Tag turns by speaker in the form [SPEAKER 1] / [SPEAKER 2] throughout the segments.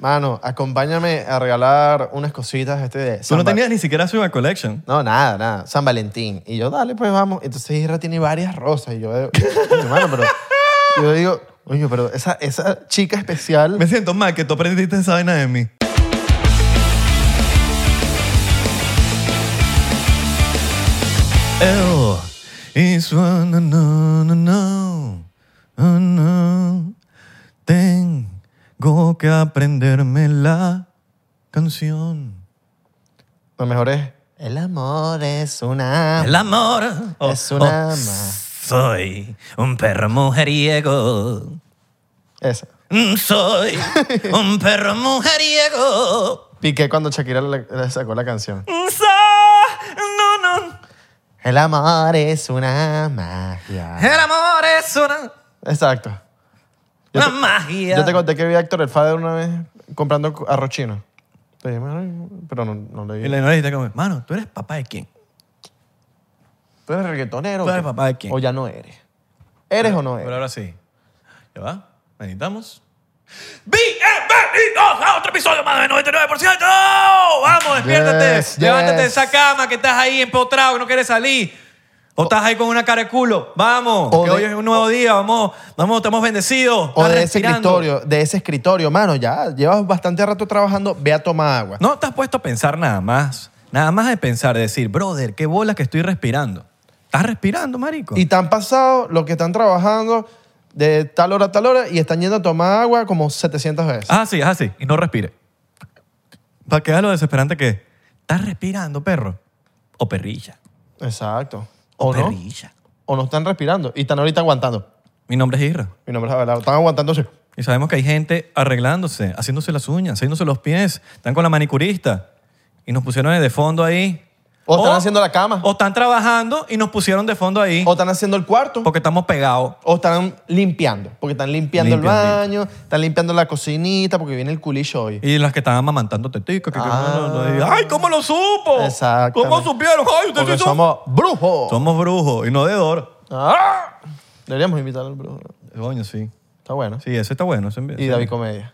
[SPEAKER 1] Mano, acompáñame a regalar unas cositas este de
[SPEAKER 2] Tú
[SPEAKER 1] San
[SPEAKER 2] no
[SPEAKER 1] Va-
[SPEAKER 2] tenías ni siquiera Sugar Collection.
[SPEAKER 1] No, nada, nada. San Valentín. Y yo, dale, pues vamos. Entonces Isra tiene varias rosas. Y yo, eh, coño, mano, pero. Yo digo, oye, pero esa, esa chica especial.
[SPEAKER 2] Me siento mal que tú aprendiste esa vaina de mí. L is one, no, no, no, no, no, no. Tengo que aprenderme la canción.
[SPEAKER 1] Lo mejor es. El amor es una.
[SPEAKER 2] El amor oh,
[SPEAKER 1] Es una ma-
[SPEAKER 2] oh, Soy un perro mujeriego.
[SPEAKER 1] Esa.
[SPEAKER 2] Mm, Soy un perro mujeriego. Mm,
[SPEAKER 1] Piqué cuando Shakira le, le sacó la canción.
[SPEAKER 2] No, no.
[SPEAKER 1] El amor es una magia.
[SPEAKER 2] El amor es una,
[SPEAKER 1] Exacto. Yo
[SPEAKER 2] una
[SPEAKER 1] te-
[SPEAKER 2] magia.
[SPEAKER 1] Yo te conté que vi a Héctor el Fader una vez comprando cu- arroz chino. Te dije, "Mano, pero no, no le
[SPEAKER 2] Y
[SPEAKER 1] dije.
[SPEAKER 2] le no le dijiste como, mano, ¿tú eres papá de quién?
[SPEAKER 1] ¿Tú eres reggaetonero?
[SPEAKER 2] ¿Tú
[SPEAKER 1] o
[SPEAKER 2] eres
[SPEAKER 1] qué?
[SPEAKER 2] papá de quién?
[SPEAKER 1] ¿O ya no eres? ¿Eres o no
[SPEAKER 2] Pero
[SPEAKER 1] eres?
[SPEAKER 2] ahora sí. ¿Ya va? ¿Meditamos? Bienvenidos a otro episodio más de 99%. Vamos, despiértate.
[SPEAKER 1] Yes,
[SPEAKER 2] Levántate de
[SPEAKER 1] yes.
[SPEAKER 2] esa cama que estás ahí empotrado, que no quieres salir. O estás ahí con una cara de culo. Vamos,
[SPEAKER 1] O
[SPEAKER 2] que
[SPEAKER 1] de-
[SPEAKER 2] hoy es un nuevo día. Vamos, vamos, estamos bendecidos.
[SPEAKER 1] O
[SPEAKER 2] Estás
[SPEAKER 1] de ese
[SPEAKER 2] respirando.
[SPEAKER 1] escritorio, de ese escritorio, mano, ya llevas bastante rato trabajando, ve a tomar agua.
[SPEAKER 2] No te has puesto a pensar nada más. Nada más de pensar, de decir, brother, qué bolas que estoy respirando. ¿Estás respirando, marico?
[SPEAKER 1] Y te han pasado los que están trabajando de tal hora a tal hora y están yendo a tomar agua como 700 veces.
[SPEAKER 2] Ah, sí, ah, sí. Y no respire. Para que vea lo desesperante que es. ¿Estás respirando, perro? O perrilla.
[SPEAKER 1] Exacto.
[SPEAKER 2] O,
[SPEAKER 1] ¿O no?
[SPEAKER 2] perrilla.
[SPEAKER 1] O no están respirando y están ahorita aguantando.
[SPEAKER 2] Mi nombre es Isra.
[SPEAKER 1] Mi nombre es Abelardo. Están aguantándose.
[SPEAKER 2] Y sabemos que hay gente arreglándose, haciéndose las uñas, haciéndose los pies. Están con la manicurista. Y nos pusieron de fondo ahí.
[SPEAKER 1] O
[SPEAKER 2] Oh.
[SPEAKER 1] están haciendo la cama.
[SPEAKER 2] O están trabajando y nos pusieron de fondo ahí.
[SPEAKER 1] O están haciendo el cuarto.
[SPEAKER 2] Porque estamos pegados.
[SPEAKER 1] O están limpiando, porque están limpiando el baño,
[SPEAKER 2] Limpiandito.
[SPEAKER 1] están limpiando la cocinita, porque viene el culillo hoy.
[SPEAKER 2] Y las que estaban amamantando teticas. Que, que-
[SPEAKER 1] Ah.
[SPEAKER 2] no, no, no. ¡Ay, cómo lo supo!
[SPEAKER 1] Exacto.
[SPEAKER 2] ¿Cómo supieron? ¡Ay, ustedes
[SPEAKER 1] Porque
[SPEAKER 2] sí son-
[SPEAKER 1] somos brujos.
[SPEAKER 2] Somos brujos y no de oro.
[SPEAKER 1] Ah. Deberíamos invitar al brujo.
[SPEAKER 2] Coño, sí.
[SPEAKER 1] Está bueno.
[SPEAKER 2] Sí, ese está bueno. ese-
[SPEAKER 1] Y David Comedia.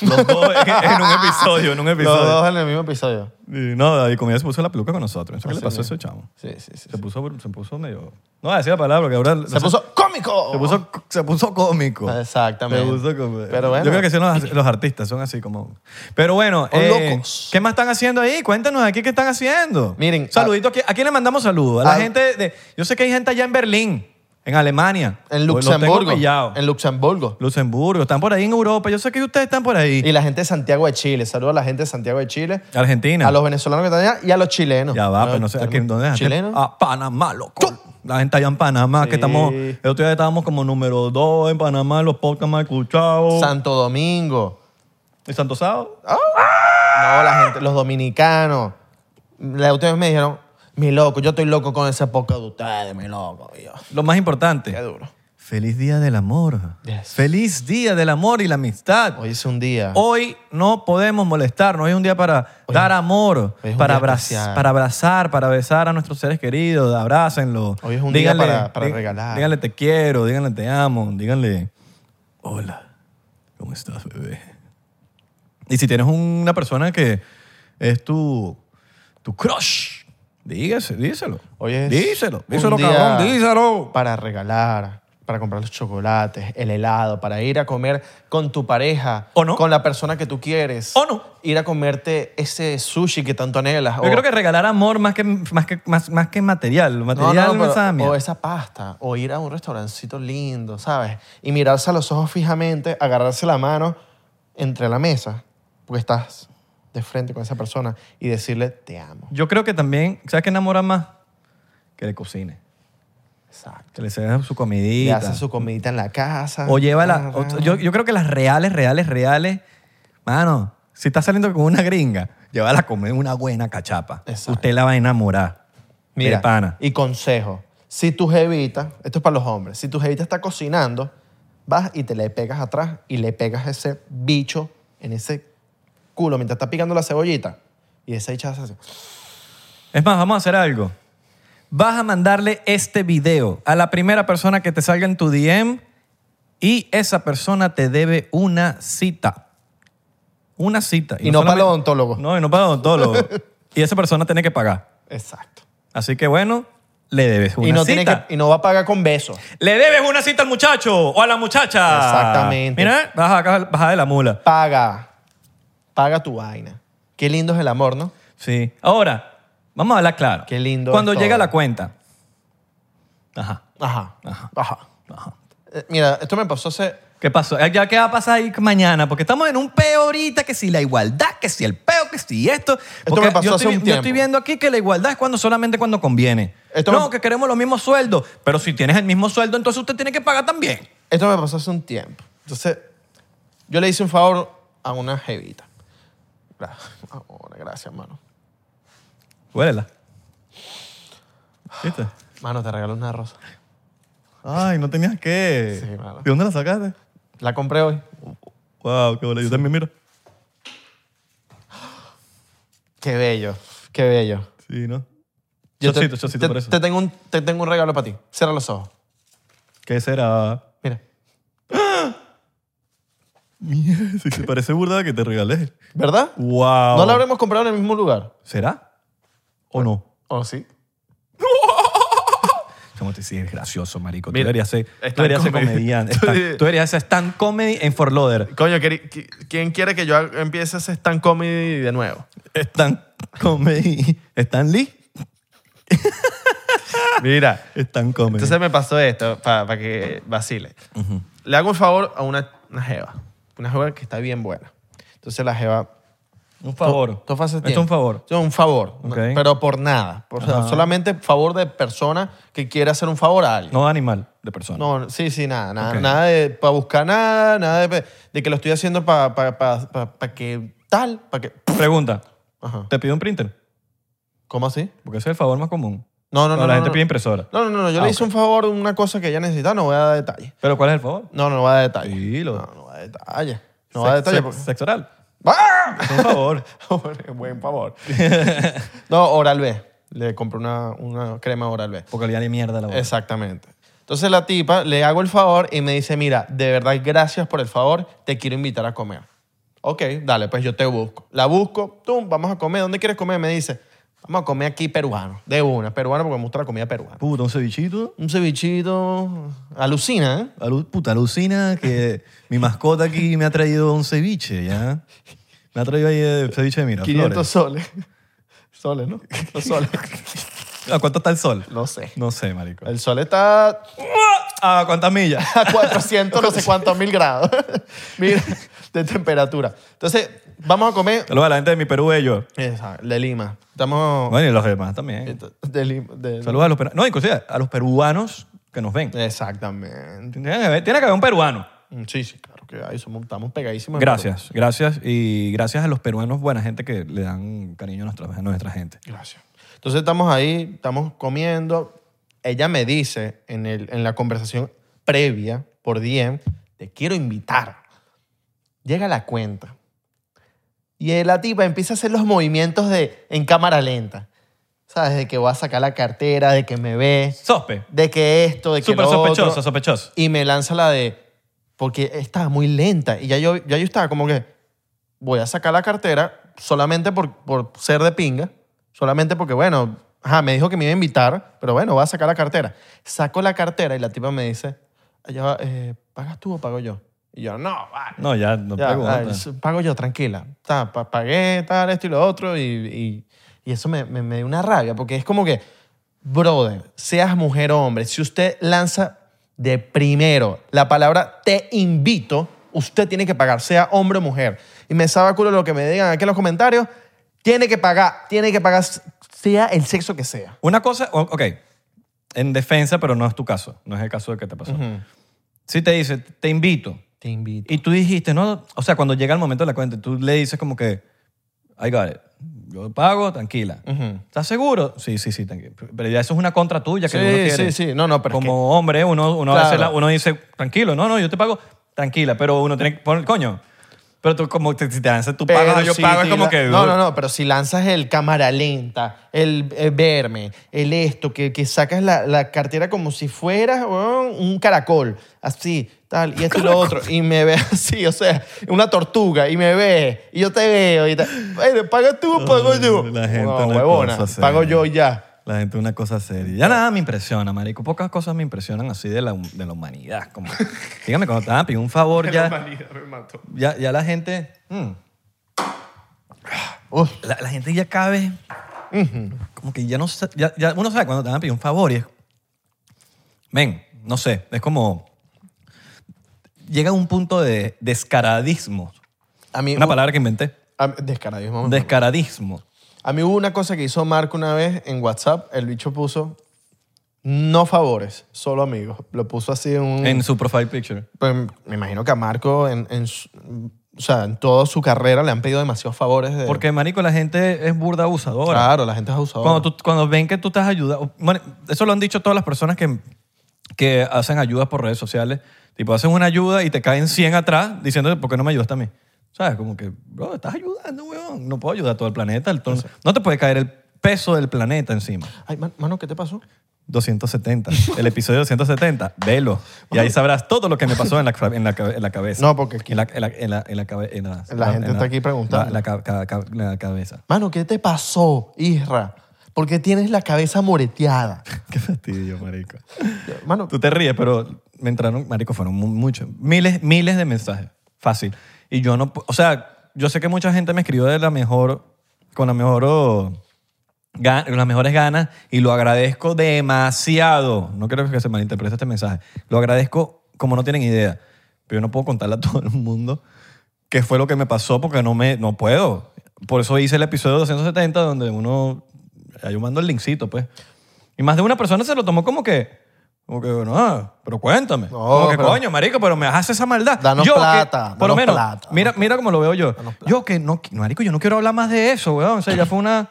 [SPEAKER 2] Los dos en, en un episodio, en un
[SPEAKER 1] Los
[SPEAKER 2] episodio.
[SPEAKER 1] dos en el mismo episodio.
[SPEAKER 2] Y no, David Comida se puso la peluca con nosotros. ¿Eso ¿Qué le
[SPEAKER 1] Así
[SPEAKER 2] pasó a
[SPEAKER 1] mismo.
[SPEAKER 2] ese chamo?
[SPEAKER 1] Ah, Sí, sí, sí.
[SPEAKER 2] Se puso, se puso medio... No voy a decir la palabra porque ahora... no
[SPEAKER 1] Se
[SPEAKER 2] sé,
[SPEAKER 1] puso Ah, cómico.
[SPEAKER 2] se, puso, se puso cómico.
[SPEAKER 1] Exactamente.
[SPEAKER 2] Se puso cómico.
[SPEAKER 1] Pero bueno.
[SPEAKER 2] Yo creo que son los, los artistas, son así como... Pero bueno,
[SPEAKER 1] Son
[SPEAKER 2] eh,
[SPEAKER 1] locos.
[SPEAKER 2] ¿qué más están haciendo ahí? Cuéntanos aquí qué están haciendo.
[SPEAKER 1] Miren, Ah.
[SPEAKER 2] Saluditos. ¿A, quién- a quién le mandamos saludos? A la
[SPEAKER 1] a-
[SPEAKER 2] gente de... Yo sé que hay gente allá en Berlín, en Alemania.
[SPEAKER 1] En
[SPEAKER 2] Los tengo
[SPEAKER 1] Luxemburgo.
[SPEAKER 2] pillados.
[SPEAKER 1] En Luxemburgo.
[SPEAKER 2] Luxemburgo, están por ahí en Europa. Yo sé que ustedes están por ahí.
[SPEAKER 1] Y la gente de Santiago de Chile. Saludos a la gente de Santiago de Chile.
[SPEAKER 2] Argentina.
[SPEAKER 1] A los venezolanos que están allá y a los chilenos.
[SPEAKER 2] Ya va, pero no sé. ¿a Ah, quién- ¿Dónde dejaste?
[SPEAKER 1] ¿Chilenos?
[SPEAKER 2] A Panamá, loco. La gente allá en Panamá,
[SPEAKER 1] Sí.
[SPEAKER 2] que estamos. El otro día estábamos como número dos en Panamá, los podcasts más escuchados.
[SPEAKER 1] Santo Domingo.
[SPEAKER 2] ¿Y Santo Sábado?
[SPEAKER 1] No, la gente, los dominicanos. La ustedes me dijeron, mi loco, yo estoy loco con esa poca de ustedes, mi loco. Y yo,
[SPEAKER 2] Lo más
[SPEAKER 1] qué
[SPEAKER 2] importante.
[SPEAKER 1] duro.
[SPEAKER 2] Feliz Día del Amor.
[SPEAKER 1] Yes.
[SPEAKER 2] Feliz Día del Amor y la Amistad.
[SPEAKER 1] Hoy es un día.
[SPEAKER 2] Hoy no podemos molestarnos. Hoy es un día para dar amor,
[SPEAKER 1] hoy es un
[SPEAKER 2] para,
[SPEAKER 1] día
[SPEAKER 2] abraz-
[SPEAKER 1] especial.
[SPEAKER 2] para abrazar, para besar a nuestros seres queridos. Abrácenlo.
[SPEAKER 1] Hoy es un día para- para regalar.
[SPEAKER 2] Díganle te quiero, díganle te amo, díganle hola, ¿cómo estás, bebé? Y si tienes una persona que es tu, tu crush, dígase, díselo.
[SPEAKER 1] Hoy es
[SPEAKER 2] díselo,
[SPEAKER 1] un
[SPEAKER 2] díselo,
[SPEAKER 1] día
[SPEAKER 2] cabrón, díselo.
[SPEAKER 1] Para regalar, para comprar los chocolates, el helado, para ir a comer con tu pareja.
[SPEAKER 2] ¿O no?
[SPEAKER 1] Con la persona que tú quieres.
[SPEAKER 2] ¿O no?
[SPEAKER 1] Ir a comerte ese sushi que tanto anhelas.
[SPEAKER 2] Yo creo que regalar amor más que, más que, más, más que material. Material no,
[SPEAKER 1] pero-
[SPEAKER 2] es esa mierda.
[SPEAKER 1] o esa pasta, o ir a un restaurancito lindo, ¿sabes? Y mirarse a los ojos fijamente, agarrarse la mano entre la mesa, porque estás de frente con esa persona, y decirle, te amo.
[SPEAKER 2] Yo creo que también, ¿sabes qué enamora más? Que le cocine.
[SPEAKER 1] Exacto.
[SPEAKER 2] Que le sea su
[SPEAKER 1] Le
[SPEAKER 2] comidita.
[SPEAKER 1] hace su comidita en la casa.
[SPEAKER 2] O lleva
[SPEAKER 1] Ah,
[SPEAKER 2] la... o- yo, yo creo que las reales, reales, reales... Mano, si está saliendo con una gringa, llévala a comer una buena cachapa.
[SPEAKER 1] Exacto.
[SPEAKER 2] Usted la va a enamorar. Mira.
[SPEAKER 1] Mira,
[SPEAKER 2] De pana.
[SPEAKER 1] y consejo. Si tu jevita, esto es para los hombres, si tu jevita está cocinando, vas y te le pegas atrás y le pegas ese bicho en ese culo mientras está picando la cebollita. Y esa hecha hace así.
[SPEAKER 2] Es más, vamos a hacer algo. Vas a mandarle este video a la primera persona que te salga en tu DM y esa persona te debe una cita. Una cita.
[SPEAKER 1] Y no para el
[SPEAKER 2] solamente-
[SPEAKER 1] odontólogo.
[SPEAKER 2] No, y no para el odontólogo. y esa persona tiene que pagar.
[SPEAKER 1] Exacto.
[SPEAKER 2] Así que bueno, le debes una
[SPEAKER 1] Y no, tiene
[SPEAKER 2] cita.
[SPEAKER 1] que- y no va a pagar con besos.
[SPEAKER 2] Le debes una cita al muchacho o a la muchacha.
[SPEAKER 1] Exactamente.
[SPEAKER 2] Mira, baja, acá, baja de la mula.
[SPEAKER 1] Paga. Paga tu vaina. Qué lindo es el amor, ¿no?
[SPEAKER 2] Sí. Ahora, vamos a hablar claro.
[SPEAKER 1] Qué lindo
[SPEAKER 2] Cuando
[SPEAKER 1] es
[SPEAKER 2] llega
[SPEAKER 1] todo.
[SPEAKER 2] la cuenta. Ajá,
[SPEAKER 1] Ajá.
[SPEAKER 2] Ajá.
[SPEAKER 1] Ajá.
[SPEAKER 2] ajá.
[SPEAKER 1] Eh, mira, esto me pasó hace...
[SPEAKER 2] ¿Qué pasó? Eh, ¿Ya qué va a pasar ahí mañana? Porque estamos en un peo ahorita, que si la igualdad, que si el peo, que si esto. Porque
[SPEAKER 1] me pasó
[SPEAKER 2] yo
[SPEAKER 1] hace
[SPEAKER 2] estoy,
[SPEAKER 1] un
[SPEAKER 2] yo
[SPEAKER 1] tiempo.
[SPEAKER 2] estoy viendo aquí que la igualdad es cuando solamente cuando conviene.
[SPEAKER 1] Esto
[SPEAKER 2] no,
[SPEAKER 1] me-
[SPEAKER 2] que queremos los mismos sueldos. Pero si tienes el mismo sueldo, entonces usted tiene que pagar también.
[SPEAKER 1] Esto me pasó hace un tiempo. Entonces, yo le hice un favor a una jevita. Gra- Ahora, gracias, mano.
[SPEAKER 2] Huélela. ¿Viste?
[SPEAKER 1] Mano, te regalo una rosa.
[SPEAKER 2] Ay, no tenías que.
[SPEAKER 1] Sí, mano.
[SPEAKER 2] ¿De dónde la sacaste?
[SPEAKER 1] La compré hoy.
[SPEAKER 2] Wow, qué bola. Yo también, mira.
[SPEAKER 1] Qué bello, qué bello.
[SPEAKER 2] Sí, ¿no?
[SPEAKER 1] Yo
[SPEAKER 2] Chocito,
[SPEAKER 1] te,
[SPEAKER 2] chocito
[SPEAKER 1] te-
[SPEAKER 2] por eso.
[SPEAKER 1] te tengo un, te tengo un regalo para ti. Cierra los ojos.
[SPEAKER 2] ¿Qué será?
[SPEAKER 1] Mira.
[SPEAKER 2] Mierda, si te parece burda que te regalé.
[SPEAKER 1] ¿Verdad?
[SPEAKER 2] Wow.
[SPEAKER 1] ¿No la habremos comprado en el mismo lugar?
[SPEAKER 2] ¿Será? ¿O no?
[SPEAKER 1] ¿O sí?
[SPEAKER 2] Como te dices, gracioso, marico.
[SPEAKER 1] Mira,
[SPEAKER 2] tú deberías ser,
[SPEAKER 1] stand
[SPEAKER 2] tú deberías ser
[SPEAKER 1] comedy.
[SPEAKER 2] comediante.
[SPEAKER 1] Tú
[SPEAKER 2] Stand-
[SPEAKER 1] de-
[SPEAKER 2] tú deberías ser stand comedy en For Loader.
[SPEAKER 1] Coño, queri- qui- ¿quién quiere que yo ha- empiece a hacer stand comedy de nuevo?
[SPEAKER 2] Stand comedy. ¿Stan Lee?
[SPEAKER 1] Mira.
[SPEAKER 2] Stand comedy.
[SPEAKER 1] Entonces me pasó esto para que vacile. Le hago un favor a una, una jeva. Una jeva que está bien buena. Entonces la jeva...
[SPEAKER 2] un favor.
[SPEAKER 1] Esto fue hace
[SPEAKER 2] Esto es un
[SPEAKER 1] tiempo.
[SPEAKER 2] favor.
[SPEAKER 1] Esto es un favor.
[SPEAKER 2] Ok.
[SPEAKER 1] Pero por nada. Por- solamente favor de persona que quiere hacer un favor a alguien.
[SPEAKER 2] No animal, de persona.
[SPEAKER 1] No, no, sí, sí, nada, nada,
[SPEAKER 2] Ok.
[SPEAKER 1] nada de para buscar nada, nada de, de que lo estoy haciendo para pa, pa- pa- pa que tal, para que...
[SPEAKER 2] Pregunta.
[SPEAKER 1] Ajá.
[SPEAKER 2] ¿Te pido un printer?
[SPEAKER 1] ¿Cómo así?
[SPEAKER 2] Porque ese es el favor más común.
[SPEAKER 1] No, no, no.
[SPEAKER 2] Cuando la
[SPEAKER 1] no,
[SPEAKER 2] gente
[SPEAKER 1] no.
[SPEAKER 2] pide impresora.
[SPEAKER 1] No, no, no, no, yo
[SPEAKER 2] Ah,
[SPEAKER 1] le hice un favor, una cosa que ella necesita, no voy a dar detalles.
[SPEAKER 2] ¿Pero cuál es el favor?
[SPEAKER 1] No, no, no voy a dar detalles.
[SPEAKER 2] Dilo.
[SPEAKER 1] No, no voy a dar detalles. No voy a dar
[SPEAKER 2] Sex-
[SPEAKER 1] detalles.
[SPEAKER 2] sex- Sexo oral.
[SPEAKER 1] porque- ¡Ah!
[SPEAKER 2] Es un favor.
[SPEAKER 1] Buen favor. no, Oral B. Le compré una, una crema Oral B.
[SPEAKER 2] Porque le da de mierda a la boca.
[SPEAKER 1] Exactamente. Entonces la tipa le hago el favor y me dice, mira, de verdad gracias por el favor, te quiero invitar a comer. Ok, dale, pues yo te busco. La busco, tú, vamos a comer. ¿Dónde quieres comer? Me dice, vamos a comer aquí peruano, de una, peruano porque me gusta la comida peruana.
[SPEAKER 2] Puta, un cevichito.
[SPEAKER 1] Un cevichito, alucina, ¿eh?
[SPEAKER 2] Alu- Puta, alucina que mi mascota aquí me ha traído un ceviche, ¿ya? Me ha traído ahí eh, ceviche de
[SPEAKER 1] 500
[SPEAKER 2] Miraflores.
[SPEAKER 1] soles. Soles, ¿no? Los soles.
[SPEAKER 2] ¿A cuánto está el sol?
[SPEAKER 1] No sé.
[SPEAKER 2] No sé, marico.
[SPEAKER 1] El sol está
[SPEAKER 2] ¿A cuántas millas?
[SPEAKER 1] a 400 no sé cuántos mil grados Mira, de temperatura. Entonces, vamos a comer
[SPEAKER 2] Saludos a la gente de mi Perú, ellos.
[SPEAKER 1] Exacto, de Lima. Estamos.
[SPEAKER 2] Bueno, y los demás también.
[SPEAKER 1] De Lima. de-
[SPEAKER 2] Saludos a los peruanos. No, inclusive a los peruanos que nos ven.
[SPEAKER 1] Exactamente.
[SPEAKER 2] Tiene que haber, tiene que haber un peruano.
[SPEAKER 1] Sí, sí, claro que hay, somos- estamos pegadísimos. en
[SPEAKER 2] Gracias, gracias. Y gracias a los peruanos, buena gente que le dan cariño a nuestra, a nuestra gente.
[SPEAKER 1] Perú. Gracias. Entonces estamos ahí, estamos comiendo. Ella me dice en, el, en la conversación previa por DM, te quiero invitar. Llega la cuenta. Y eh, la tipa empieza a hacer los movimientos de, en cámara lenta. ¿Sabes? De que voy a sacar la cartera, de que me ve,
[SPEAKER 2] Sospe.
[SPEAKER 1] de que esto, de que
[SPEAKER 2] Súper
[SPEAKER 1] lo otro.
[SPEAKER 2] sospechoso, sospechoso.
[SPEAKER 1] y me lanza la de porque estaba muy lenta y ya yo ya yo estaba como que voy a sacar la cartera solamente por, por ser de pinga solamente porque bueno ajá, me dijo que me iba a invitar pero bueno voy a sacar la cartera saco la cartera y la tipa me dice "Ya va, eh, pagas tú o pago yo y yo no vale
[SPEAKER 2] No, ya, no
[SPEAKER 1] ya,
[SPEAKER 2] pregunta.
[SPEAKER 1] ah, eso, pago yo, tranquila. Ta, pa- pagué tal, esto y lo otro. Y, y- y eso me, me, me dio una rabia, porque es como que, brother, seas mujer o hombre, si usted lanza de primero la palabra te invito, usted tiene que pagar, sea hombre o mujer. Y me sabe a culo lo que me digan aquí en los comentarios, tiene que pagar, tiene que pagar, sea el sexo que sea.
[SPEAKER 2] Una cosa, o- ok, en defensa, pero no es tu caso, no es el caso de que te pasó. Si te dice, te invito,
[SPEAKER 1] Te invito.
[SPEAKER 2] y tú dijiste, no, o sea, cuando llega el momento de la cuenta, tú le dices como que, I got it, yo pago, tranquila.
[SPEAKER 1] Ujú.
[SPEAKER 2] ¿Estás seguro? Sí, sí, sí, tranquila. Pero ya eso es una contra tuya que
[SPEAKER 1] Sí,
[SPEAKER 2] uno quiere.
[SPEAKER 1] sí, sí. No, no, pero es
[SPEAKER 2] Como hombre, uno, uno, a
[SPEAKER 1] Claro.
[SPEAKER 2] veces la- uno dice, tranquilo, no, no, yo te pago, tranquila, pero uno tiene que poner, coño, Pero tú, como te- si te lanzas, tú
[SPEAKER 1] Pero
[SPEAKER 2] pagas, yo
[SPEAKER 1] si
[SPEAKER 2] pago,
[SPEAKER 1] te
[SPEAKER 2] es como
[SPEAKER 1] la-
[SPEAKER 2] que.
[SPEAKER 1] No, no, no, pero si lanzas el cámara lenta, el, el verme, el esto, que, que sacas la, la cartera como si fueras weón, un caracol, así, tal, y esto y lo otro, y me ve así, o sea, una tortuga, y me ve, y yo te veo, y tal. Bueno, paga tú, pago
[SPEAKER 2] Ay,
[SPEAKER 1] yo.
[SPEAKER 2] la gente
[SPEAKER 1] no,
[SPEAKER 2] una
[SPEAKER 1] huevona,
[SPEAKER 2] cosa seria.
[SPEAKER 1] pago yo y ya.
[SPEAKER 2] La gente una cosa seria. Ya nada me impresiona, marico. Pocas cosas me impresionan así de la, de la humanidad. Como, dígame cuando te van a pedir un favor ya, ya, ya la gente... mm,
[SPEAKER 1] Uf,
[SPEAKER 2] la, la gente ya cabe... Como que ya no sa- ya, ya uno sabe cuando te van a pedir un favor y es... Ven, no sé. Es como... Llega a un punto de descaradismo.
[SPEAKER 1] a mí,
[SPEAKER 2] Una palabra que inventé.
[SPEAKER 1] a- descaradismo.
[SPEAKER 2] Descaradismo.
[SPEAKER 1] A mí hubo una cosa que hizo Marco una vez en WhatsApp. El bicho puso, no favores, solo amigos. Lo puso así en un...
[SPEAKER 2] En su profile picture.
[SPEAKER 1] Pues, me imagino que a Marco, en, en su- o sea, en toda su carrera le han pedido demasiados favores. De,
[SPEAKER 2] Porque, marico, la gente es burda abusadora.
[SPEAKER 1] Claro, la gente es abusadora.
[SPEAKER 2] Cuando, tú- cuando ven que tú estás ayudando, bueno, eso lo han dicho todas las personas que, que hacen ayudas por redes sociales, tipo hacen una ayuda y te caen 100 atrás diciéndote, ¿por qué no me ayudaste a mí? ¿Sabes? Como que, bro, estás ayudando, weón. No puedo ayudar a todo el planeta. el ton- no te puede caer el peso del planeta encima.
[SPEAKER 1] Ay, man- mano, ¿qué te pasó?
[SPEAKER 2] 270. El episodio 270. Velo. Y ahí sabrás todo lo que me pasó en la, en la, cabe- en la cabeza.
[SPEAKER 1] No, porque aquí-
[SPEAKER 2] En la, en la, en la, en la, cabe- en la,
[SPEAKER 1] La gente
[SPEAKER 2] en
[SPEAKER 1] está aquí preguntando.
[SPEAKER 2] La, la ca- ca- ca- la cabeza.
[SPEAKER 1] Mano, ¿qué te pasó, Isra? ¿Por qué tienes la cabeza moreteada?
[SPEAKER 2] Qué fastidio, marico.
[SPEAKER 1] Mano,
[SPEAKER 2] Tú te ríes, pero me entraron, marico, fueron mu- muchos. Miles, miles de mensajes. Fácil. Y yo no... pu- O sea, yo sé que mucha gente me escribió de la mejor... Con la mejor... oh, ga- con las mejores ganas y lo agradezco demasiado. No quiero que se malinterprete este mensaje. Lo agradezco como no tienen idea. Pero yo no puedo contarle a todo el mundo qué fue lo que me pasó porque no, me, no puedo. Por eso hice el episodio 270 donde uno... Yo mando el linkcito, pues. Y más de una persona se lo tomó como que... Como que, bueno, ah, pero cuéntame.
[SPEAKER 1] No,
[SPEAKER 2] como que,
[SPEAKER 1] pero-
[SPEAKER 2] coño, marico, pero me haces esa maldad.
[SPEAKER 1] Danos
[SPEAKER 2] que-
[SPEAKER 1] plata,
[SPEAKER 2] por
[SPEAKER 1] danos
[SPEAKER 2] lo menos,
[SPEAKER 1] plata.
[SPEAKER 2] mira, mira cómo lo veo yo. Yo que no, marico, yo no quiero hablar más de eso, weón. O sea, ya fue una,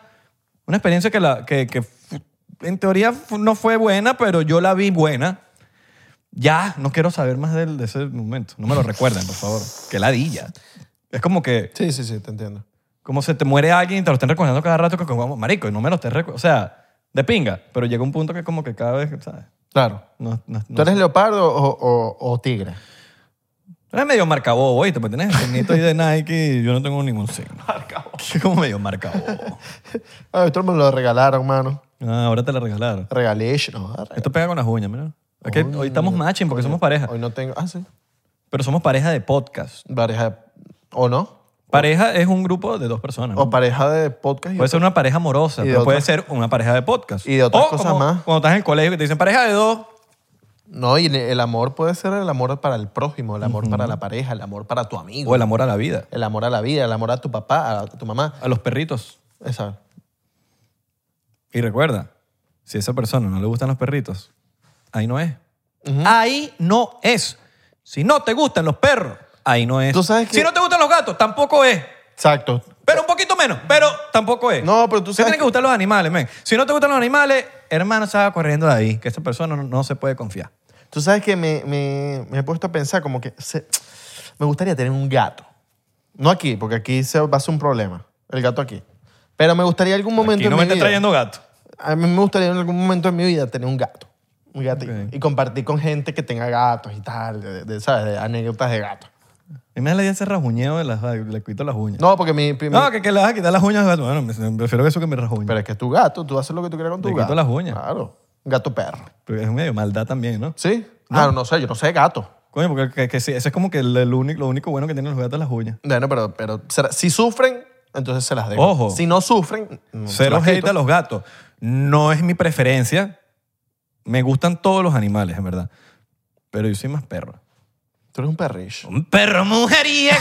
[SPEAKER 2] una experiencia que, la, que, que fu- en teoría fu- no fue buena, pero yo la vi buena. Ya, no quiero saber más del- de ese momento. No me lo recuerden, por favor. Que ladilla. Es como que,
[SPEAKER 1] sí, sí, sí, te entiendo.
[SPEAKER 2] como se te muere alguien y te lo estén recordando cada rato, que como, marico, no me lo estés recordando. O sea, de pinga. Pero llega un punto que como que cada vez, ¿sabes?
[SPEAKER 1] Claro.
[SPEAKER 2] No, no, no
[SPEAKER 1] ¿Tú eres leopardo o, o- o tigre?
[SPEAKER 2] Tú Eres medio marcabobo, oíste, porque tienes el signito ahí de Nike y yo no tengo ningún signo. Marcabobo. Como medio marcabobo.
[SPEAKER 1] Ay, esto me lo regalaron, mano.
[SPEAKER 2] Ah, ahora te la regalaron.
[SPEAKER 1] Regalé, no, regalé.
[SPEAKER 2] Esto pega con las uñas, mira. Es que hoy estamos matching porque somos pareja.
[SPEAKER 1] Hoy no tengo, ah, sí,
[SPEAKER 2] Pero somos pareja de podcast.
[SPEAKER 1] pareja de- o no,
[SPEAKER 2] Pareja es un grupo de dos personas. ¿no?
[SPEAKER 1] o pareja de podcast y
[SPEAKER 2] Puede ser una pareja amorosa,
[SPEAKER 1] Oh, Y de
[SPEAKER 2] pero puede
[SPEAKER 1] otras-
[SPEAKER 2] ser una pareja de podcast.
[SPEAKER 1] y de otras
[SPEAKER 2] O
[SPEAKER 1] cosas
[SPEAKER 2] como
[SPEAKER 1] más.
[SPEAKER 2] Cuando estás en el colegio que te dicen pareja de dos.
[SPEAKER 1] No, y el- el amor puede ser el amor para el prójimo, el amor para la pareja, el amor para tu amigo,
[SPEAKER 2] O el amor a la vida.
[SPEAKER 1] el amor a la vida, el amor a tu papá, a tu mamá.
[SPEAKER 2] A los perritos.
[SPEAKER 1] Esa.
[SPEAKER 2] Y recuerda, si a esa persona no le gustan los perritos, ahí no es. Ahí no es. Si no te gustan los perros, ahí no es.
[SPEAKER 1] Tú sabes que-
[SPEAKER 2] Si no te gustan los gatos, tampoco es.
[SPEAKER 1] Exacto.
[SPEAKER 2] Pero un poquito menos, pero tampoco es.
[SPEAKER 1] No, pero tú
[SPEAKER 2] Te
[SPEAKER 1] sabes
[SPEAKER 2] tienen que gustar los animales, men. Si no te gustan los animales, hermano, salga corriendo de ahí, que esa persona no, no se puede confiar.
[SPEAKER 1] Tú sabes que me, me- me he puesto a pensar como que se- me gustaría tener un gato. No aquí, porque aquí se va a ser un problema, el gato aquí. Pero me gustaría en algún momento
[SPEAKER 2] Aquí no
[SPEAKER 1] en
[SPEAKER 2] me
[SPEAKER 1] mi
[SPEAKER 2] estés
[SPEAKER 1] vida-
[SPEAKER 2] trayendo gato.
[SPEAKER 1] A mí me gustaría en algún momento de mi vida tener un gato. Un gatito.
[SPEAKER 2] Ok.
[SPEAKER 1] Y compartir con gente que tenga gatos y tal, de- de- ¿sabes? De anécdotas de gatos.
[SPEAKER 2] A mí me da la idea ese rajuñeo, de las, le quito las uñas.
[SPEAKER 1] No, porque mi... mi-
[SPEAKER 2] No, que, que le vas a quitar las uñas al gato. Bueno, me- prefiero eso que me rajuñe.
[SPEAKER 1] Pero es que es tu gato, tú haces lo que tú quieras con tu
[SPEAKER 2] Le quito
[SPEAKER 1] gato.
[SPEAKER 2] las uñas.
[SPEAKER 1] Claro. Gato perro.
[SPEAKER 2] Pero es medio maldad también, ¿no?
[SPEAKER 1] ¿Sí?
[SPEAKER 2] Ah.
[SPEAKER 1] Claro, no sé, yo no sé de gato.
[SPEAKER 2] Coño, porque que- que sí, eso es como que el- el único- lo único bueno que tienen los gatos es las uñas.
[SPEAKER 1] Bueno, pero, pero será- si sufren, entonces se las dejo.
[SPEAKER 2] Ojo.
[SPEAKER 1] Si no sufren, no, se
[SPEAKER 2] Cero
[SPEAKER 1] las
[SPEAKER 2] hate
[SPEAKER 1] quito.
[SPEAKER 2] a los gatos. No es mi preferencia. Me gustan todos los animales, en verdad. Pero yo soy más perro.
[SPEAKER 1] Tú eres un perrillo.
[SPEAKER 2] Un perro mujeriego.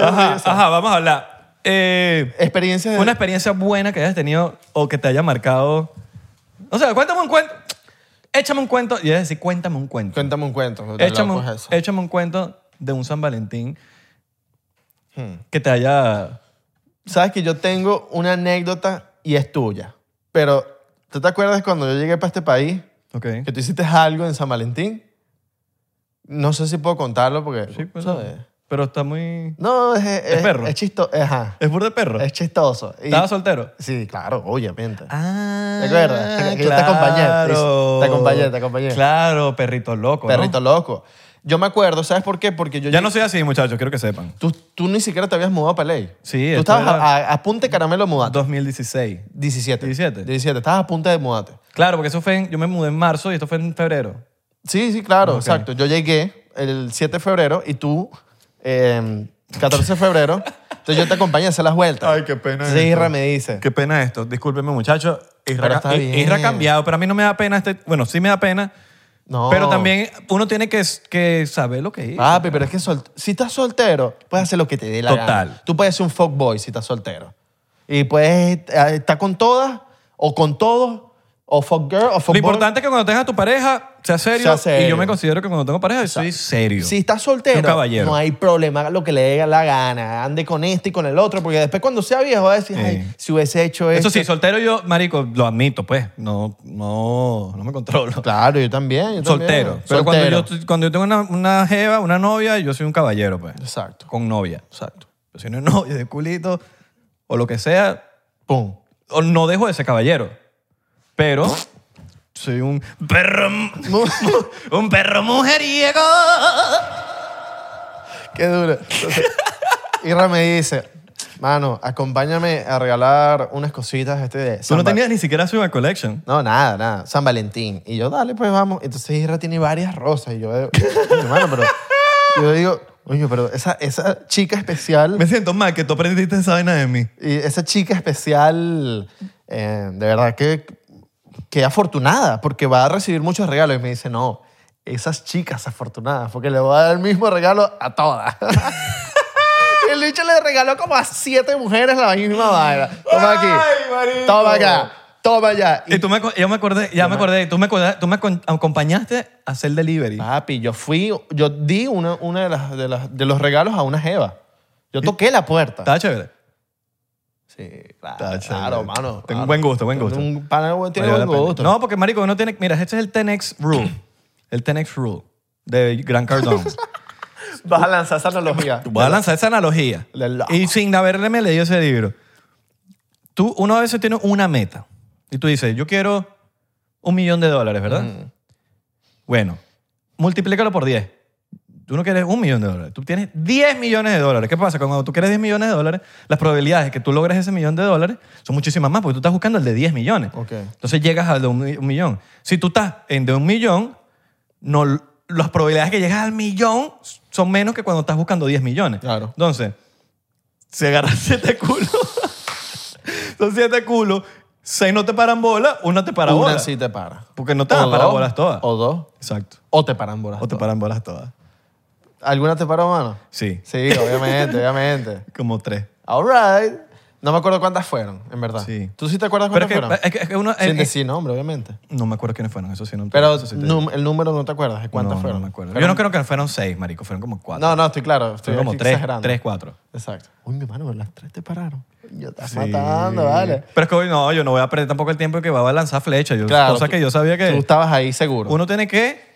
[SPEAKER 2] ajá, ajá, vamos a hablar. Eh,
[SPEAKER 1] Experiencias de...
[SPEAKER 2] una experiencia buena que hayas tenido o que te haya marcado. O sea, cuéntame un cuento. Échame un cuento. Y es decir, cuéntame un cuento.
[SPEAKER 1] Cuéntame un cuento. de
[SPEAKER 2] Échame
[SPEAKER 1] loco
[SPEAKER 2] un,
[SPEAKER 1] es eso.
[SPEAKER 2] échame un cuento de un San Valentín
[SPEAKER 1] Hmm.
[SPEAKER 2] que te haya...
[SPEAKER 1] Sabes que yo tengo una anécdota y es tuya. Pero, ¿tú te acuerdas cuando yo llegué para este país
[SPEAKER 2] Ok.
[SPEAKER 1] que tú hiciste algo en San Valentín? No sé si puedo contarlo porque.
[SPEAKER 2] Sí, pues,
[SPEAKER 1] ¿sabes?
[SPEAKER 2] Pero está muy.
[SPEAKER 1] No, es. Es,
[SPEAKER 2] perro.
[SPEAKER 1] Es chistoso. Ajá.
[SPEAKER 2] Es burda de perro.
[SPEAKER 1] Es chistoso. Y-
[SPEAKER 2] Estaba soltero.
[SPEAKER 1] Sí, claro, obviamente.
[SPEAKER 2] Ah,
[SPEAKER 1] ¿Te acuerdas? Que- que yo te acompañé, te hice- te acompañé, te acompañé.
[SPEAKER 2] Claro, perrito loco. ¿no?
[SPEAKER 1] Perrito loco. Yo me acuerdo, ¿sabes por qué? Porque yo.
[SPEAKER 2] Ya no soy así, muchachos, quiero que sepan.
[SPEAKER 1] Tú, tú ni siquiera te habías mudado para ley.
[SPEAKER 2] Sí,
[SPEAKER 1] Tú
[SPEAKER 2] esto
[SPEAKER 1] estabas
[SPEAKER 2] era-
[SPEAKER 1] a, a- a punta de caramelo de mudarte.
[SPEAKER 2] 2016.
[SPEAKER 1] 17.
[SPEAKER 2] 17.
[SPEAKER 1] 17. Estabas a punta de mudarte.
[SPEAKER 2] Claro, porque eso fue en- yo me mudé en marzo y esto fue en febrero.
[SPEAKER 1] Sí, sí, claro,
[SPEAKER 2] Ok.
[SPEAKER 1] exacto. Yo llegué el 7 de febrero y tú, eh, 14 de febrero. Entonces yo te acompañé a hacer las vueltas.
[SPEAKER 2] Ay, qué pena
[SPEAKER 1] Entonces
[SPEAKER 2] esto.
[SPEAKER 1] Isra me dice.
[SPEAKER 2] Qué pena esto. Discúlpeme, muchachos.
[SPEAKER 1] Pero
[SPEAKER 2] Isra,
[SPEAKER 1] está
[SPEAKER 2] I-
[SPEAKER 1] bien.
[SPEAKER 2] Isra ha cambiado, pero a mí no me da pena este. Bueno, sí me da pena.
[SPEAKER 1] No.
[SPEAKER 2] Pero también uno tiene que, que saber lo que es.
[SPEAKER 1] Papi, pero es que sol- si estás soltero, puedes hacer lo que te dé la
[SPEAKER 2] Total.
[SPEAKER 1] gana. Tú puedes ser un fuckboy si estás soltero. Y puedes eh, estar con todas, o con todos, o fuckgirl, o
[SPEAKER 2] lo
[SPEAKER 1] fuckboy.
[SPEAKER 2] importante es que cuando tengas a tu pareja, sea serio,
[SPEAKER 1] Sea serio.
[SPEAKER 2] Y yo me considero que cuando tengo pareja, soy serio.
[SPEAKER 1] Si estás
[SPEAKER 2] Un
[SPEAKER 1] soltero,
[SPEAKER 2] caballero.
[SPEAKER 1] no hay problema, haga lo que le dé la gana. Ande con este y con el otro, porque después cuando sea viejo va a decir,
[SPEAKER 2] Sí.
[SPEAKER 1] ay, si hubiese hecho esto.
[SPEAKER 2] Eso sí, soltero yo, marico, lo admito, pues. No, no, no me controlo.
[SPEAKER 1] Claro, yo también. yo también.
[SPEAKER 2] Soltero. Pero
[SPEAKER 1] Soltero.
[SPEAKER 2] cuando yo, cuando yo tengo una, una jeva, una novia, yo soy un caballero, pues.
[SPEAKER 1] Exacto.
[SPEAKER 2] Con novia. Exacto. Si no es novia, de culito, o lo que sea,
[SPEAKER 1] Pum.
[SPEAKER 2] o no dejo de ser caballero. Pero soy un perro. mu- un perro mujeriego.
[SPEAKER 1] Qué duro. Entonces, Irra me dice, mano, acompáñame a regalar unas cositas este de
[SPEAKER 2] Tú
[SPEAKER 1] San
[SPEAKER 2] no
[SPEAKER 1] Va-
[SPEAKER 2] tenías ni siquiera Sugar Collection.
[SPEAKER 1] No, nada, nada. San Valentín. Y yo, dale, pues vamos. Entonces Irra tiene varias rosas. Y yo, eh, coño, mano, pero... Yo digo, oye, pero esa, esa chica especial...
[SPEAKER 2] Me siento mal que tú aprendiste esa vaina de mí.
[SPEAKER 1] Y esa chica especial, eh, de verdad que, que afortunada, porque va a recibir muchos regalos. Y me dice, no, esas chicas afortunadas, porque le voy a dar el mismo regalo a todas. Y el bicho le regaló como a siete mujeres la misma vaina. Toma aquí,
[SPEAKER 2] Ay, marico.
[SPEAKER 1] toma acá, toma allá. Y,
[SPEAKER 2] Y tú me, aco- yo me acordé, ya me acordé, tú me, acorda- tú me acon- acompañaste a hacer delivery.
[SPEAKER 1] papi, yo fui, yo di una, una de, las, de, las- de los regalos a una jeva. Yo toqué la puerta.
[SPEAKER 2] Estaba chévere.
[SPEAKER 1] Sí, claro,
[SPEAKER 2] Está chévere.
[SPEAKER 1] Ah, claro, mano.
[SPEAKER 2] Tengo un buen gusto, buen gusto.
[SPEAKER 1] Un pana buen- tiene
[SPEAKER 2] Valió
[SPEAKER 1] buen
[SPEAKER 2] la pena.
[SPEAKER 1] gusto.
[SPEAKER 2] No, porque marico, uno tiene... Mira, este es el 10X Rule. el 10X Rule de Gran Cardone.
[SPEAKER 1] Vas a lanzar esa analogía.
[SPEAKER 2] Voy a lanzar esa analogía.
[SPEAKER 1] De loco.
[SPEAKER 2] Y sin haberle me leído ese libro. Tú, uno a veces tiene una meta. Y tú dices, yo quiero un millón de dólares, ¿verdad?
[SPEAKER 1] Mm.
[SPEAKER 2] Bueno, multiplícalo por 10. Tú no quieres un millón de dólares. Tú tienes 10 millones de dólares. ¿Qué pasa? Cuando tú quieres 10 millones de dólares, las probabilidades de que tú logres ese millón de dólares son muchísimas más porque tú estás buscando el de 10 millones.
[SPEAKER 1] Ok.
[SPEAKER 2] Entonces llegas al de un, mi- un millón. Si tú estás en de un millón, no, l- las probabilidades de que llegas al millón son menos que cuando estás buscando 10 millones.
[SPEAKER 1] Claro.
[SPEAKER 2] Entonces, si agarras siete culos, son siete culos, seis no te paran bola, una te para
[SPEAKER 1] Una
[SPEAKER 2] bola.
[SPEAKER 1] sí te para.
[SPEAKER 2] Porque no te
[SPEAKER 1] O
[SPEAKER 2] van a parar
[SPEAKER 1] dos,
[SPEAKER 2] bolas todas.
[SPEAKER 1] O dos.
[SPEAKER 2] Exacto.
[SPEAKER 1] O te paran bolas.
[SPEAKER 2] O te
[SPEAKER 1] todas.
[SPEAKER 2] paran bolas todas.
[SPEAKER 1] ¿Alguna te paró, mano?
[SPEAKER 2] Sí,
[SPEAKER 1] Sí, obviamente, obviamente.
[SPEAKER 2] como tres.
[SPEAKER 1] All right. No me acuerdo cuántas fueron, en verdad.
[SPEAKER 2] Sí.
[SPEAKER 1] ¿Tú sí te acuerdas
[SPEAKER 2] Pero es
[SPEAKER 1] cuántas
[SPEAKER 2] que,
[SPEAKER 1] fueron?
[SPEAKER 2] es que- es que uno...
[SPEAKER 1] Sin
[SPEAKER 2] es-
[SPEAKER 1] decir nombre, obviamente.
[SPEAKER 2] no me acuerdo quiénes fueron, eso sí. No,
[SPEAKER 1] Pero
[SPEAKER 2] eso sí te-
[SPEAKER 1] num- el número no te acuerdas de cuántas
[SPEAKER 2] no,
[SPEAKER 1] fueron.
[SPEAKER 2] No me acuerdo.
[SPEAKER 1] Fueron-
[SPEAKER 2] Yo no creo que fueron seis, marico. Fueron como cuatro.
[SPEAKER 1] No, no, estoy claro. Estoy
[SPEAKER 2] fueron como
[SPEAKER 1] aquí
[SPEAKER 2] tres,
[SPEAKER 1] exagerando.
[SPEAKER 2] tres, cuatro.
[SPEAKER 1] Exacto. Uy, mi hermano, las tres te pararon. Yo estás
[SPEAKER 2] Sí.
[SPEAKER 1] matando, vale.
[SPEAKER 2] Pero es que hoy no, yo no voy a perder tampoco el tiempo que va a lanzar flechas. Yo,
[SPEAKER 1] Claro.
[SPEAKER 2] cosa
[SPEAKER 1] tú-
[SPEAKER 2] que yo sabía que
[SPEAKER 1] Tú estabas ahí seguro. Uno,
[SPEAKER 2] uno tiene que...